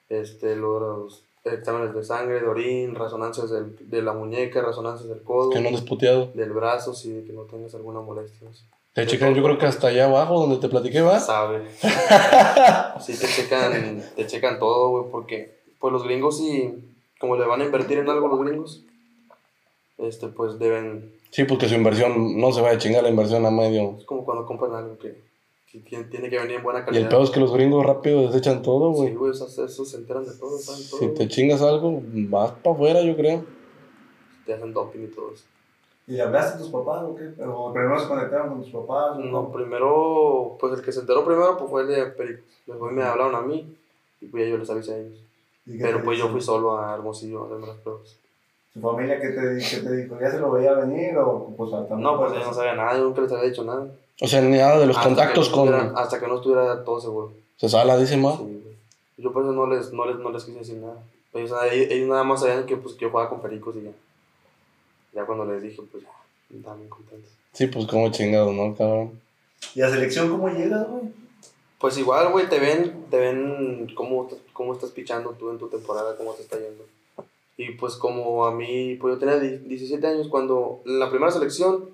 Speaker 3: este, luego los exámenes de sangre, de orín, resonancias del- de la muñeca, resonancias del codo,
Speaker 1: que no andes puteado.
Speaker 3: del brazo, si de que no tengas alguna molestia. así.
Speaker 1: Te
Speaker 3: De
Speaker 1: checan,
Speaker 3: todo.
Speaker 1: yo creo que hasta allá abajo donde te platiqué, ¿vas?
Speaker 3: Sabe. Sí, te checan, te checan todo, güey, porque pues los gringos sí, como le van a invertir en algo los gringos, este, pues deben,
Speaker 1: Sí, porque su inversión no se va a chingar la inversión a medio.
Speaker 3: es como cuando compran algo que, que tiene, tiene que venir en buena
Speaker 1: Y el
Speaker 3: calidad.
Speaker 1: peor es que los gringos rápido desechan todo,
Speaker 3: Sí,
Speaker 1: güey.
Speaker 3: güey, esos, esos se enteran de todo, saben todo.
Speaker 1: Si
Speaker 3: güey.
Speaker 1: te chingas algo, vas para afuera, yo creo.
Speaker 3: Te hacen doping y todo eso.
Speaker 2: ¿Y hablaste a tus papás o qué? ¿O primero se conectaron con tus papás? o
Speaker 3: No, primero, pues el que se enteró primero pues, fue el de Pericos. Después me hablaron a mí y pues ya yo les avisé a ellos.
Speaker 2: ¿Y qué
Speaker 3: Pero
Speaker 2: te
Speaker 3: pues yo
Speaker 2: dicen?
Speaker 3: fui solo a Hermosillo a hacerme las pruebas.
Speaker 2: ¿Tu familia qué te, qué te dijo? ¿Ya se lo veía venir o pues también?
Speaker 3: No, pues yo no sabía nada, yo nunca les había dicho nada.
Speaker 1: O sea, ni nada de los
Speaker 3: Hasta
Speaker 1: contactos
Speaker 3: que no
Speaker 1: con...
Speaker 3: estuviera- hasta que no estuviera todo seguro.
Speaker 1: Se sala, dice más.
Speaker 3: Sí, güey. yo por eso no les, no, les, no les quise decir nada. Ellos, nada- ellos- ellos nada más sabían que, pues, que yo jugaba con pericos y ya. Ya cuando les dije, pues ya, estaban bien contentos.
Speaker 1: Sí, pues como chingado, ¿no, cabrón?
Speaker 2: ¿Y a selección cómo llegas, güey?
Speaker 3: Pues igual, güey, te ven, te ven cómo, te- cómo estás pichando tú en tu temporada, cómo te está yendo. Y pues como a mí, pues yo tenía die- 17 años cuando la primera selección,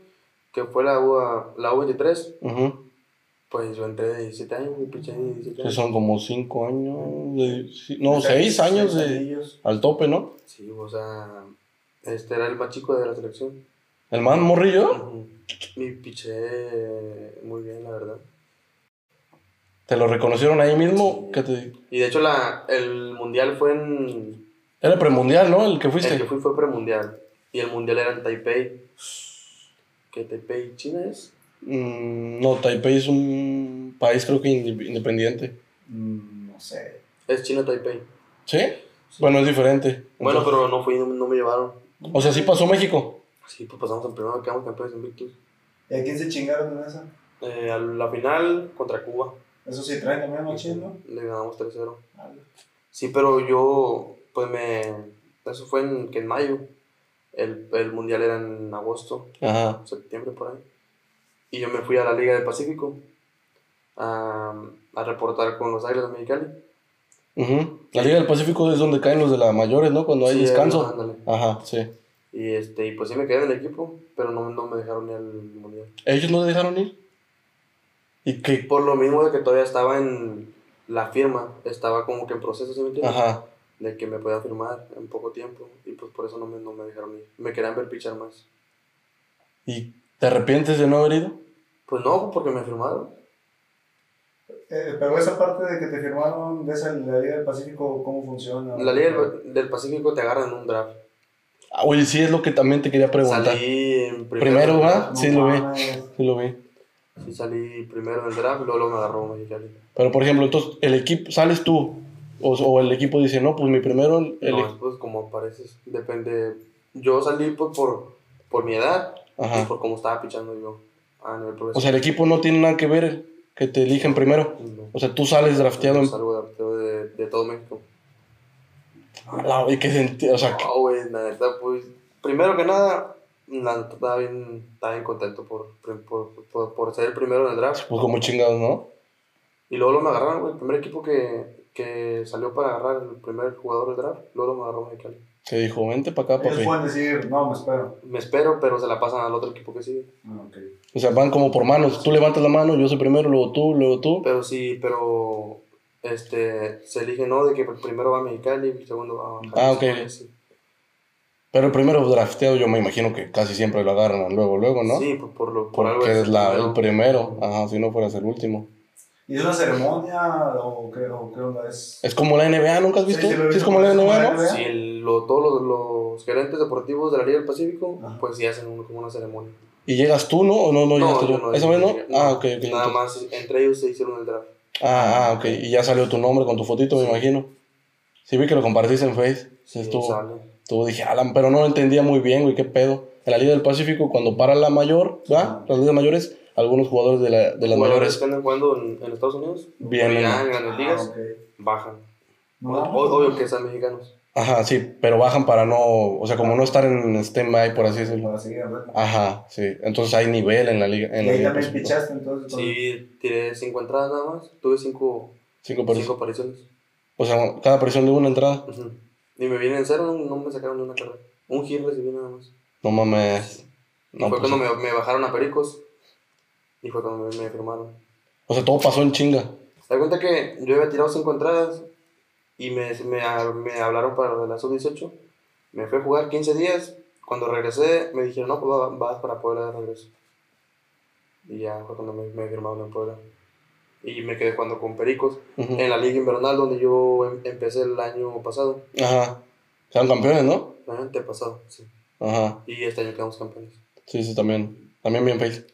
Speaker 3: que fue la, UA la U23,
Speaker 1: Ujú.
Speaker 3: pues yo entré de 17 años, güey, piché de 17
Speaker 1: Que
Speaker 3: años.
Speaker 1: Pues, son como cinco años, de- sí, no, seis años de,
Speaker 2: anillos.
Speaker 1: al tope, ¿no?
Speaker 3: Sí, o sea, este era el más chico de la selección.
Speaker 1: El más morrillo.
Speaker 3: Y piché muy bien, la verdad.
Speaker 1: ¿Te lo reconocieron ahí mismo? ¿Qué te...
Speaker 3: Y de hecho la, el mundial fue en...
Speaker 1: Era el premundial, ¿no? El que
Speaker 3: El que
Speaker 1: fuiste.
Speaker 3: fui fue premundial. Y el mundial era en Taipei. ¿Qué Taipei? ¿China es?
Speaker 1: Mm, no, Taipei es un país creo que inde- independiente.
Speaker 2: Mm, no sé.
Speaker 3: Es China Taipei.
Speaker 1: ¿Sí? Bueno, es diferente.
Speaker 3: Bueno,
Speaker 1: Entonces-
Speaker 3: pero no fui, no, no me llevaron.
Speaker 1: O sea, sí pasó México.
Speaker 3: Sí, pues pasamos en primero, quedamos campeones invictos.
Speaker 2: ¿Y a quién se chingaron en esa?
Speaker 3: Eh, a la final contra Cuba.
Speaker 2: Eso Ah, sí, traen también machín, ¿no?
Speaker 3: Le ganamos 3-0.
Speaker 2: Vale.
Speaker 3: Sí, pero yo, pues me... Eso fue en, que en mayo. El, el mundial era en agosto,
Speaker 1: Ajá.
Speaker 3: septiembre por ahí. Y yo me fui a la Liga del Pacífico a, a reportar con los Águilas de Mexicali.
Speaker 1: Ujú. La Liga del Pacífico es donde caen los de las mayores, ¿no? Cuando hay
Speaker 3: Sí,
Speaker 1: descanso.
Speaker 3: ándale.
Speaker 1: Ajá, sí.
Speaker 3: Y, este, y pues sí me quedé en el equipo, pero no, no me dejaron ir al mundial.
Speaker 1: ¿Ellos no te dejaron ir? ¿Y qué?
Speaker 3: Por lo mismo de que todavía estaba en la firma, estaba como que en proceso, ¿sí me entiendes?
Speaker 1: Ajá.
Speaker 3: de que me podía firmar en poco tiempo y pues por eso no me, no me dejaron ir. Me querían ver pichar más.
Speaker 1: ¿Y te arrepientes de no haber ido?
Speaker 3: Pues no, porque me firmaron.
Speaker 2: Eh, pero esa parte de que te firmaron de esa la Liga del Pacífico, ¿cómo funciona?
Speaker 3: La Liga del, del Pacífico te agarra en un draft.
Speaker 1: Ah, Oye, sí, es lo que también te quería preguntar.
Speaker 3: Salí en
Speaker 1: Primero, ¿va?
Speaker 2: No
Speaker 1: Sí, lo vi.
Speaker 2: mames.
Speaker 1: Sí, lo vi.
Speaker 3: Sí, salí primero en el draft, luego, luego me agarró Mexicali.
Speaker 1: Pero, por ejemplo, entonces, el equipo, sales tú. O, o el equipo dice, no, pues mi primero. El, el-
Speaker 3: No, pues como apareces, depende. Yo salí pues por, por mi edad y
Speaker 1: Ajá.
Speaker 3: por cómo estaba pichando yo a nivel
Speaker 1: O sea,
Speaker 3: profesional.
Speaker 1: el equipo no tiene nada que ver que te eligen primero.
Speaker 3: No.
Speaker 1: O sea, tú sales drafteado en.
Speaker 3: Salgo drafteo de, de todo México.
Speaker 1: La- y que Ah, senti- O sea, que-
Speaker 3: No, güey, la neta, pues, primero que nada, la neta estaba bien, estaba bien contento por, por, por, por ser el primero en el draft.
Speaker 1: pues como chingados, ¿no?
Speaker 3: Y luego lo me agarraron, güey, el primer equipo que, que salió para agarrar el primer jugador del draft, luego lo me agarró Mexicali.
Speaker 1: Que dijo, vente para acá,
Speaker 2: Ellos
Speaker 1: papi.
Speaker 2: pueden decir, no, me espero.
Speaker 3: Me espero, pero se la pasan al otro equipo que sigue.
Speaker 2: Ah, ok.
Speaker 1: O sea, van como por manos. Tú levantas la mano, yo soy primero, luego tú, luego tú.
Speaker 3: Pero sí, pero este, se elige, ¿no? De que primero va Mexicali y segundo va
Speaker 1: Ah, ok.
Speaker 3: Jalisco, Sí,
Speaker 1: Pero el primero drafteado, yo me imagino que casi siempre lo agarran luego, luego, ¿no?
Speaker 3: sí pues, por, por, lo, por algo.
Speaker 1: Porque
Speaker 3: es
Speaker 1: es la, el
Speaker 3: primero.
Speaker 1: primero. Ajá, si no fueras el último.
Speaker 2: ¿Y es una ceremonia o qué, o qué onda es?
Speaker 1: Es como la NBA, ¿nunca has
Speaker 2: Sí,
Speaker 1: visto?
Speaker 2: sí
Speaker 1: Sí,
Speaker 2: lo he
Speaker 1: es
Speaker 2: visto.
Speaker 1: como la NBA, ¿no?
Speaker 3: Sí, el- lo- todos los, los gerentes deportivos de la Liga del Pacífico,
Speaker 2: Ajá.
Speaker 3: pues sí hacen un- como una ceremonia.
Speaker 1: ¿Y llegas tú, no? ¿O no, no llegaste
Speaker 3: yo
Speaker 1: tú? ¿Esa vez no? Ah, ok, ok.
Speaker 3: Nada
Speaker 1: entonces-
Speaker 3: más entre ellos se hicieron el draft.
Speaker 1: Ah, ah, ok. Y ya salió tu nombre con tu fotito, me imagino. Sí, vi que lo compartiste en Face. Sí, estuvo.
Speaker 3: sale.
Speaker 1: Tú dije, Alan, pero no entendía muy bien, güey, qué pedo. En la Liga del Pacífico, cuando para la mayor, ¿verdad? Las ligas mayores, algunos jugadores de, la- de las
Speaker 3: Jugadores
Speaker 1: mayores
Speaker 3: que andan jugando en, en Estados Unidos,
Speaker 1: vienen.
Speaker 3: ya en grandes
Speaker 2: Ah,
Speaker 3: ligas,
Speaker 2: ok.
Speaker 3: bajan.
Speaker 2: No,
Speaker 1: Ah.
Speaker 2: pues,
Speaker 3: O-
Speaker 2: mames.
Speaker 3: o- obvio que están mexicanos.
Speaker 1: Ajá, sí, pero bajan para no. O sea, como no estar en stand-by, por así decirlo.
Speaker 2: pues, Para seguir en red.
Speaker 1: Ajá, sí. Entonces hay nivel en la Liga, en pues,
Speaker 2: Y
Speaker 1: la
Speaker 2: ahí
Speaker 1: liga del
Speaker 2: también
Speaker 1: Pacífico.
Speaker 2: pichaste entonces. con-
Speaker 3: Sí, tiré cinco entradas nada más, tuve cinco,
Speaker 1: Cinco por-
Speaker 3: cinco apariciones.
Speaker 1: O sea, cada presión de una entrada.
Speaker 3: Ujú. Y me vienen en cero, no, no me sacaron ni una carrera. Un hit recibí nada más.
Speaker 1: No mames.
Speaker 3: Y
Speaker 1: No,
Speaker 3: fue
Speaker 1: pues,
Speaker 3: cuando me, me bajaron a Pericos y fue cuando me, me firmaron.
Speaker 1: O sea, todo pasó en chinga.
Speaker 3: Se da cuenta que yo había tirado cinco entradas y me, me, me hablaron para lo de la sub-18. Me fui a jugar 15 días. Cuando regresé, me dijeron, no, pues va- vas para Puebla de regreso. Y ya fue cuando me, me firmaron en Puebla. Y me quedé jugando con Pericos
Speaker 1: Ujú.
Speaker 3: en la Liga Invernal, donde yo em- empecé el año pasado,
Speaker 1: Ajá. Sean campeones, ¿no?
Speaker 3: el año antepasado, sí.
Speaker 1: Ajá.
Speaker 3: Y este año quedamos campeones.
Speaker 1: Sí, sí, también. También bien face.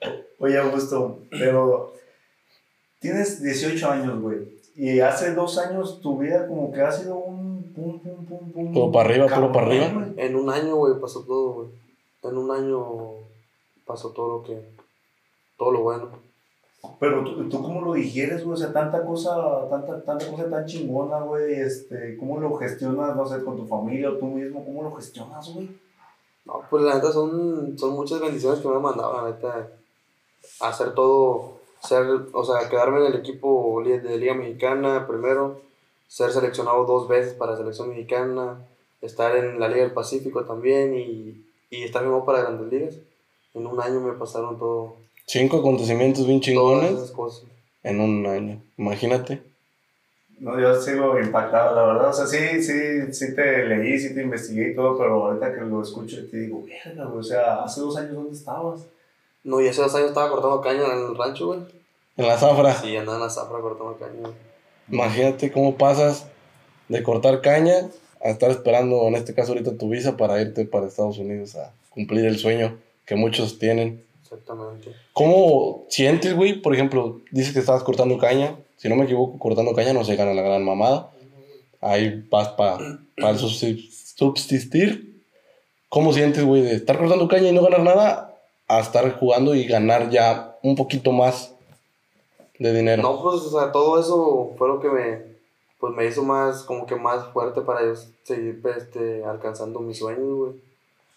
Speaker 2: pues, Oye, Augusto, pero tienes 18 años, güey. Y hace dos años tu vida como que ha sido un pum, pum, pum, pum.
Speaker 1: Puro pa' arriba, puro pa'
Speaker 2: cabrón,
Speaker 1: arriba.
Speaker 2: güey.
Speaker 3: En un año, güey, pasó todo, güey. En un año pasó todo lo que... Todo lo bueno.
Speaker 2: Pero tú, tú cómo lo digieres, güey. O sea, tanta cosa, tanta, tanta cosa tan chingona, güey. Este, ¿Cómo lo gestionas, no sé, con tu familia o tú mismo? ¿Cómo lo gestionas, güey?
Speaker 3: No, pues la neta son, son muchas bendiciones que me han mandado, la neta. Hacer todo, ser, o sea, quedarme en el equipo li- de Liga Mexicana primero, ser seleccionado dos veces para selección mexicana, estar en la Liga del Pacífico también y, y estar mismo para grandes ligas. En un año me pasaron todo,
Speaker 1: Cinco acontecimientos bien
Speaker 3: todas
Speaker 1: chingones
Speaker 3: esas cosas.
Speaker 1: en un año. Imagínate.
Speaker 2: No, yo sigo impactado, la verdad. O sea, sí, sí, sí te leí, sí te investigué y todo, pero ahorita que lo escucho te digo, verga, güey. O sea, hace dos años, ¿dónde estabas?
Speaker 3: No, y hace dos años estaba cortando caña en el rancho, güey.
Speaker 1: en la zafra.
Speaker 3: Sí, andaba en la zafra cortando caña.
Speaker 1: Imagínate cómo pasas de cortar caña a estar esperando, en este caso ahorita, tu visa para irte para Estados Unidos a cumplir el sueño que muchos tienen.
Speaker 3: Exactamente.
Speaker 1: ¿Cómo sientes, güey? Por ejemplo, dices que estabas cortando caña. Si no me equivoco, cortando caña no se gana la gran mamada. Ahí vas para subsistir. ¿Cómo sientes, güey, de estar cortando caña y no ganar nada a estar jugando y ganar ya un poquito más de dinero?
Speaker 3: No, pues, o sea, todo eso fue lo que me, pues, me hizo más, como que más fuerte para yo seguir, pues, este, alcanzando mis sueños, güey.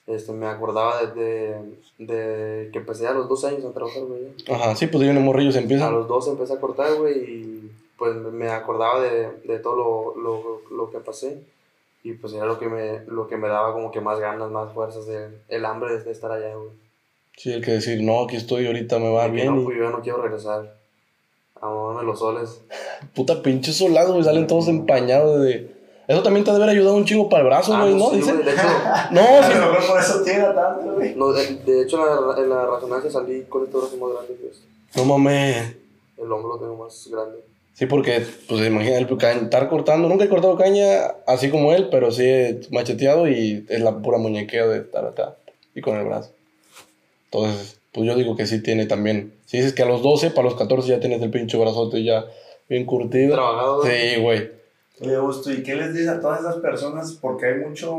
Speaker 3: Este, me acordaba desde de que empecé a los dos años a trabajar, güey.
Speaker 1: Ajá, sí, pues de unos morrillos
Speaker 3: A
Speaker 1: empiezan.
Speaker 3: los dos empecé a cortar, güey, y pues me acordaba de, de todo lo, lo, lo que pasé. Y pues era lo que, me, lo que me daba como que más ganas, más fuerzas, el, el hambre de estar allá, güey.
Speaker 1: Sí, el que decir, no, aquí estoy, ahorita me va
Speaker 3: Y que
Speaker 1: bien.
Speaker 3: no,
Speaker 1: y-
Speaker 3: pues yo ya no quiero regresar. Amábame los soles.
Speaker 1: Puta pinche solazo, güey. Salen todos empañados de. Eso también te ha de haber ayudado un chingo para el brazo,
Speaker 3: Ah,
Speaker 1: güey, ¿no?
Speaker 3: sí,
Speaker 1: Dice.
Speaker 3: güey, de hecho,
Speaker 1: No,
Speaker 2: A
Speaker 1: sí.
Speaker 2: lo mejor por eso tira tanto, güey.
Speaker 3: No, de, de hecho, la, en la resonancia salí con este brazo más grande que este.
Speaker 1: No mames.
Speaker 3: El hombro lo tengo más grande.
Speaker 1: Sí, porque, pues imagina, el ca- estar cortando. Nunca he cortado caña así como él, pero sí he macheteado y es la pura muñequeo de estar acá y con el brazo. Entonces, pues yo digo que sí tiene también. Si dices que a los 12, para los 14 ya tienes el pinche brazote ya bien curtido.
Speaker 3: Trabajado, güey.
Speaker 1: Sí, güey.
Speaker 2: Oye, Augusto, ¿y qué les dices a todas esas personas? Porque hay mucho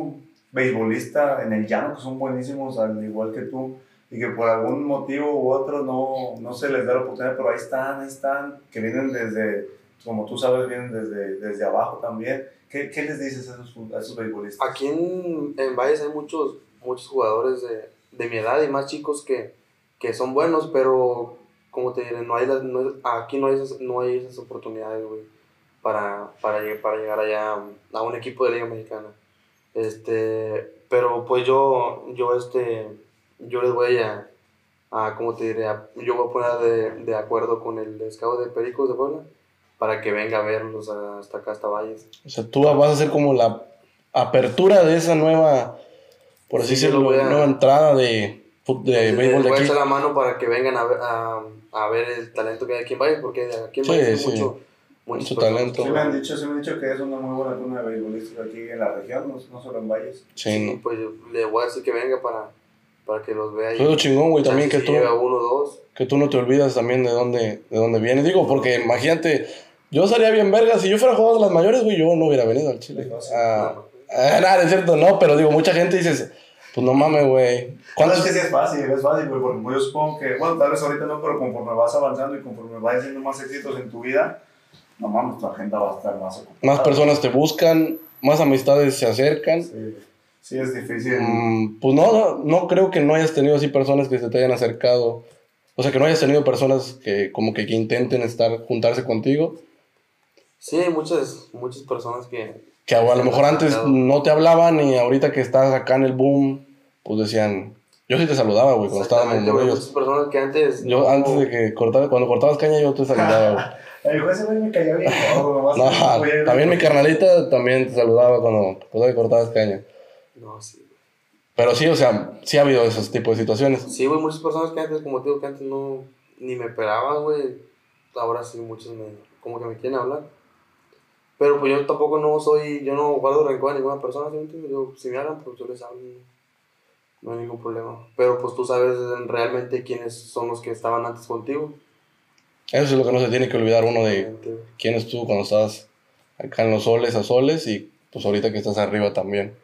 Speaker 2: beisbolista en el llano que son buenísimos, al igual que tú, y que por algún motivo u otro no, no se les da la oportunidad, pero ahí están, ahí están, que vienen desde, como tú sabes, vienen desde, desde abajo también. ¿Qué, qué les dices a esos, fu- a esos beisbolistas?
Speaker 3: Aquí en, en Valles hay muchos, muchos jugadores de, de mi edad y más chicos que, que son buenos, pero como te diré, no hay las, no hay- aquí no hay esas, no hay esas oportunidades, güey, para, para, lleg- para llegar allá a un equipo de Liga Mexicana. Este, pero pues yo, yo, este, yo les voy a, a como te diré, a- yo voy a poner de, de acuerdo con el scout de Pericos de Puebla para que venga a verlos a- hasta acá, hasta Valles.
Speaker 1: O sea, tú vas a ser como la apertura de esa nueva, por así
Speaker 3: Sí, yo lo
Speaker 1: decirlo,
Speaker 3: voy a-
Speaker 1: nueva entrada de, fut- de
Speaker 3: Entonces,
Speaker 1: béisbol de
Speaker 3: les voy a
Speaker 1: aquí.
Speaker 3: echar la mano para que vengan a ver, a, a ver el talento que hay aquí en Valles, porque aquí en
Speaker 1: Sí,
Speaker 3: Valles hay
Speaker 1: sí.
Speaker 3: mucho,
Speaker 1: Mucho
Speaker 3: personas
Speaker 1: talento.
Speaker 2: Sí
Speaker 3: que-
Speaker 2: me, han dicho, sí me han dicho que es una muy buena cuna de beisbolistas aquí en la región, no, no solo en Valles.
Speaker 1: Sí, ¿no?
Speaker 3: Pues yo le voy a decir que venga para, para que los vea.
Speaker 1: Eso es lo chingón, güey, también que
Speaker 3: Chance
Speaker 1: tú,
Speaker 3: si llega uno dos.
Speaker 1: que tú no te olvidas también de dónde, de dónde vienes. Digo, porque imagínate, yo estaría bien verga, si yo fuera jugador de las mayores, güey, yo no hubiera venido al Chile.
Speaker 2: No, sí.
Speaker 1: Ah,
Speaker 3: no.
Speaker 1: ah, nada, es cierto, no, pero digo, mucha gente dice, pues no mames, güey.
Speaker 2: Bueno,
Speaker 1: ¿Cuántos
Speaker 2: es que sí es fácil, es fácil, güey, porque yo supongo que, bueno, tal vez ahorita no, pero conforme vas avanzando y conforme vas siendo más éxitos en tu vida, no mames, tu agenda va a estar más ocupada.
Speaker 1: más personas te buscan, más amistades se acercan?
Speaker 2: Sí, sí es difícil.
Speaker 1: Mm, pues no, no, no creo que no hayas tenido así personas que se te hayan acercado. O sea, que no hayas tenido personas que como que, que intenten estar, juntarse contigo.
Speaker 3: Sí, hay muchas, muchas personas que.
Speaker 1: Que a, a lo mejor antes
Speaker 3: Claro.
Speaker 1: no te hablaban y ahorita que estás acá en el boom, pues decían... Yo sí te saludaba, güey, cuando estábamos
Speaker 3: Exactamente, güey,
Speaker 1: morrillos.
Speaker 3: muchas personas que antes.
Speaker 1: Yo
Speaker 3: no-
Speaker 1: antes de que cortara, cuando cortabas caña yo te saludaba,
Speaker 2: El hijo ese güey me cayó bien. gordo, nomás
Speaker 1: güey. No,
Speaker 2: que no podía ir.
Speaker 1: también mi carnalita también te saludaba cuando, cuando cortabas caña.
Speaker 3: No, sí.
Speaker 1: Pero sí, o sea, sí ha habido esos tipos de situaciones.
Speaker 3: Sí, güey, muchas personas que antes, como te digo, que antes no. Ni me esperaban, güey. Ahora sí, muchos me. Como que me quieren hablar. Pero pues yo tampoco no soy. Yo no guardo rencor a ninguna persona, ¿sí me entiendes? Yo, si me hablan, pues yo les hablo. No hay ningún problema. Pero pues tú sabes realmente quiénes son los que estaban antes contigo.
Speaker 1: Eso es lo que no se tiene que olvidar uno de
Speaker 3: Realmente, güey.
Speaker 1: quién estuvo cuando estabas acá en los soles a soles y pues ahorita que estás arriba también.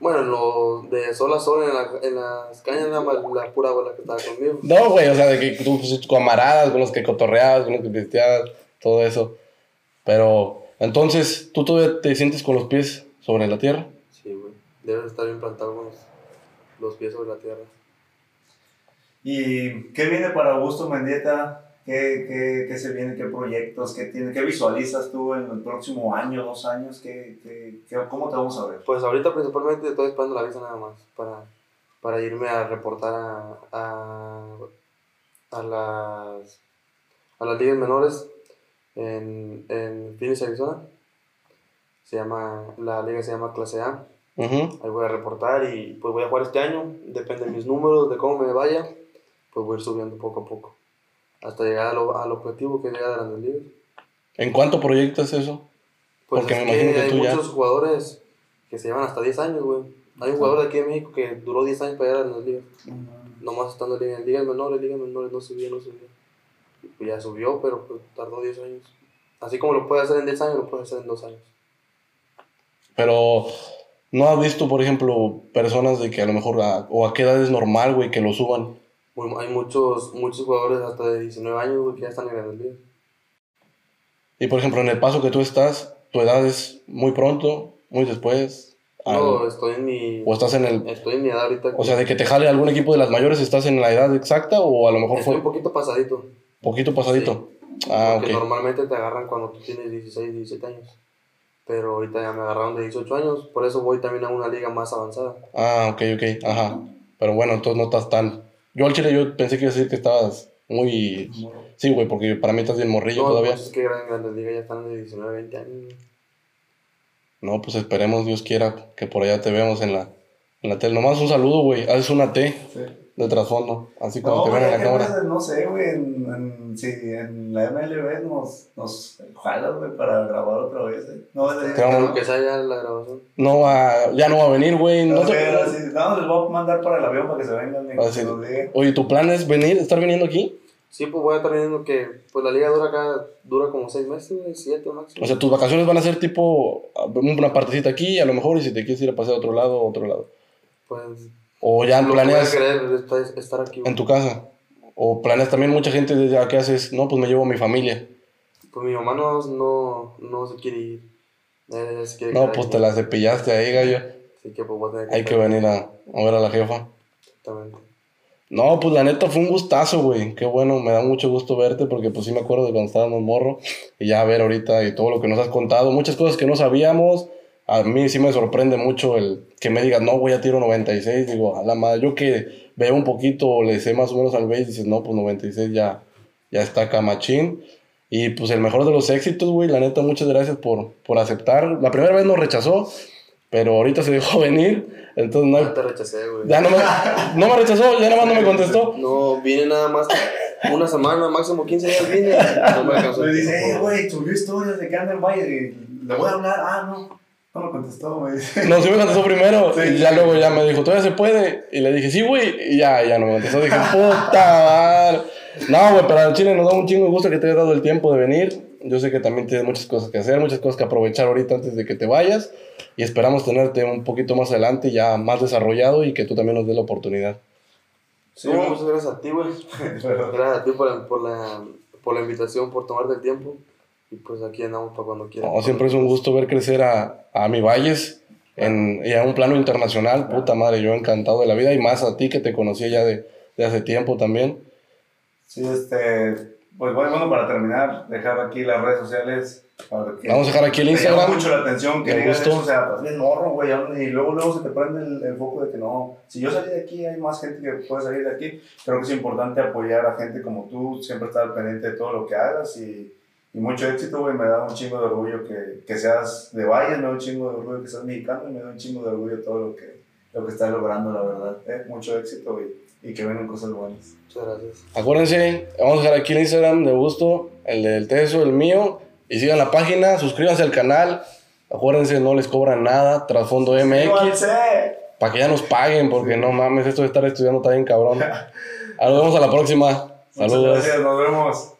Speaker 3: Bueno, lo de sol a sol en, la- en las cañas, nada más la pura bola que estaba conmigo.
Speaker 1: No, güey, o sea, de que tú, pues, tus camaradas, con los que cotorreabas, con los que pisteabas, todo eso. Pero entonces, ¿tú todavía te sientes con los pies sobre la tierra?
Speaker 3: Sí, güey. Deben estar bien plantados con los, los pies sobre la tierra.
Speaker 2: ¿Y qué viene para Augusto Mendieta? ¿Qué, qué, qué se viene? ¿Qué proyectos? ¿Qué, tiene, ¿Qué visualizas tú en el próximo año, dos años? ¿Qué, qué, qué- cómo te vamos a ver?
Speaker 3: Pues ahorita principalmente estoy esperando la visa nada más para, para irme a reportar a, a, a las, a las ligas menores en, en Phoenix, Arizona. Se llama, la liga se llama Clase A.
Speaker 1: Ujú.
Speaker 3: Ahí voy a reportar y pues voy a jugar este año. Depende de mis números, de cómo me vaya, pues voy a ir subiendo poco a poco. hasta llegar a lo- al objetivo que llega de Grandes Ligas.
Speaker 1: ¿En cuánto proyectas eso?
Speaker 3: Pues
Speaker 1: Porque
Speaker 3: es
Speaker 1: me imagino que
Speaker 3: hay
Speaker 1: tú ya-
Speaker 3: muchos jugadores que se llevan hasta 10 años, güey. Hay un jugador de aquí en México que duró 10 años para llegar a Grandes Ligas. Nomás estando en ligas, ligas menores, ligas menores, no subía, no subía. Y pues ya subió, pero pues, tardó 10 años. Así como lo puede hacer en 10 años, lo puede hacer en 2 años.
Speaker 1: Pero no has visto, por ejemplo, personas de que a lo mejor, a- o a qué edad es normal, güey, que lo suban.
Speaker 3: Muy- hay muchos, muchos jugadores hasta de 19 años, güey, que ya están en Grandes Ligas.
Speaker 1: Y por ejemplo, en el paso que tú estás, tu edad es muy pronto, muy después.
Speaker 3: No,
Speaker 1: al-
Speaker 3: estoy en mi...
Speaker 1: Ah, o estás en el.
Speaker 3: Estoy en mi edad ahorita.
Speaker 1: O sea, de que te jale algún equipo de las mayores, estás en la edad exacta o a lo mejor
Speaker 3: estoy
Speaker 1: fue
Speaker 3: un poquito pasadito.
Speaker 1: poquito pasadito. Ah,
Speaker 3: porque
Speaker 1: ok.
Speaker 3: normalmente te agarran cuando tú tienes 16, 17 años. Pero ahorita ya me agarraron de 18 años, por eso voy también a una liga más avanzada.
Speaker 1: Ah, ok, ok. Ajá. Pero bueno, entonces no estás tan. Yo al chile, yo pensé que iba a decir que estabas muy. Sí, güey, porque para mí estás bien morrillo
Speaker 3: No,
Speaker 1: todavía.
Speaker 3: pues es que en grandes ligas ya están de 19, 20 años.
Speaker 1: No, pues esperemos, Dios quiera, que por allá te vemos en la, en la tele. Nomás un saludo, güey. Haces una T de trasfondo, así como
Speaker 2: No,
Speaker 1: te ven
Speaker 2: güey,
Speaker 1: en la
Speaker 2: ¿qué
Speaker 1: cámara.
Speaker 2: pasa? no sé, güey, en, en- si en la MLB nos, nos jalan, güey, para grabar otra vez, eh. No, es
Speaker 1: Claro,
Speaker 3: Pero que sea ya la grabación.
Speaker 1: No va, ya no va a venir, güey. No
Speaker 2: no,
Speaker 1: se-
Speaker 2: pero sí, no, les voy a mandar para el avión para que se vengan y
Speaker 1: Ah,
Speaker 2: que
Speaker 1: sí.
Speaker 2: nos digan.
Speaker 1: Oye, ¿tu plan es venir, estar viniendo aquí?
Speaker 3: Sí, pues voy a estar viendo que pues la liga dura acá, dura como 6 meses, 7 máximo.
Speaker 1: O sea, tus vacaciones van a ser tipo ah, una partecita aquí, a lo mejor, y si te quieres ir a pasear a otro lado, a otro lado.
Speaker 3: pues
Speaker 1: O ya
Speaker 3: no puedo
Speaker 1: planeas
Speaker 3: creer estar, estar aquí. güey.
Speaker 1: en tu casa. O planeas también mucha gente desde acá que haces, no, pues me llevo a mi familia.
Speaker 3: Pues mi mamá no, no, no se quiere ir. Ella- ella se quiere
Speaker 1: No,
Speaker 3: quedar
Speaker 1: pues
Speaker 3: aquí.
Speaker 1: te la cepillaste ahí, gallo.
Speaker 3: Así que pues voy a tener que
Speaker 1: Hay que
Speaker 3: estar-
Speaker 1: venir a, a ver a la jefa.
Speaker 3: Exactamente.
Speaker 1: No, pues la neta fue un gustazo, güey. Qué bueno, me da mucho gusto verte porque pues sí me acuerdo de cuando estábamos morro y ya ver ahorita y todo lo que nos has contado, muchas cosas que no sabíamos. A mí sí me sorprende mucho el que me digas, no, güey, a tiro 96. Digo, a la madre, yo que veo un poquito, o le sé más o menos al base, dices, no, pues 96 ya, ya está camachín. Y pues el mejor de los éxitos, güey, la neta, muchas gracias por, por aceptar. La primera vez nos rechazó, pero ahorita se dejó venir, entonces no hay
Speaker 3: Ya te rechacé, güey.
Speaker 1: ya no me, no me rechazó, ya nada más no me contestó.
Speaker 3: No, vine nada más una semana, máximo 15 días vine. No me
Speaker 1: Ah,
Speaker 3: alcanzó.
Speaker 2: Me
Speaker 3: el
Speaker 2: dice,
Speaker 3: tiempo,
Speaker 2: eh, güey, subió historias de que anda en Valle, y le voy a hablar, ah, no, no me contestó, güey.
Speaker 1: No, sí me contestó primero.
Speaker 2: Sí.
Speaker 1: y ya luego ya me dijo, todavía se puede. Y le dije, sí, güey. Y ya, ya no me contestó. Dije, puta madre". No, güey, para el Chile nos da un chingo de gusto que te hayas dado el tiempo de venir. Yo sé que también tienes muchas cosas que hacer, muchas cosas que aprovechar ahorita antes de que te vayas. Y esperamos tenerte un poquito más adelante, ya más desarrollado y que tú también nos des la oportunidad.
Speaker 3: Sí, no, muchas gracias a ti, güey.
Speaker 2: Pero-
Speaker 3: Gracias a ti por la, por la, por la invitación, por tomarte el tiempo. Y pues aquí andamos para cuando quieras.
Speaker 1: No, Oh, siempre es un gusto ver crecer a, a mi Valles en, y a un plano internacional. Puta madre, yo encantado de la vida y más a ti que te conocía ya de, de hace tiempo también.
Speaker 2: Sí, este, pues bueno, bueno, para terminar, dejar aquí las redes sociales. Para que
Speaker 1: Vamos a dejar aquí el
Speaker 2: Me llama
Speaker 1: Instagram.
Speaker 2: mucho la atención que
Speaker 1: Me
Speaker 2: digas
Speaker 1: gustó.
Speaker 2: eso, o sea, estás bien morro, güey, aún- y luego luego se te prende el, el foco de que no, si yo salí de aquí, hay más gente que puede salir de aquí, creo que es importante apoyar a gente como tú, siempre estar al pendiente de todo lo que hagas y, y mucho éxito, güey, me da un chingo de orgullo que, que seas de Valles, me da un chingo de orgullo que seas mexicano y me da un chingo de orgullo todo lo que, lo que estás logrando, la verdad, eh, mucho éxito y, y que vengan cosas buenas.
Speaker 3: Muchas gracias.
Speaker 1: Acuérdense, vamos a dejar aquí el Instagram de gusto, el del Teso, el mío. Y sigan la página, suscríbanse al canal. Acuérdense, no les cobran nada. Trasfondo MX.
Speaker 2: ¡Suscríbanse!
Speaker 1: Para que ya nos paguen, porque no mames, esto de estar estudiando está bien cabrón. Ahora nos vemos a la próxima.
Speaker 2: Muchas
Speaker 1: Saludos.
Speaker 2: gracias, nos vemos.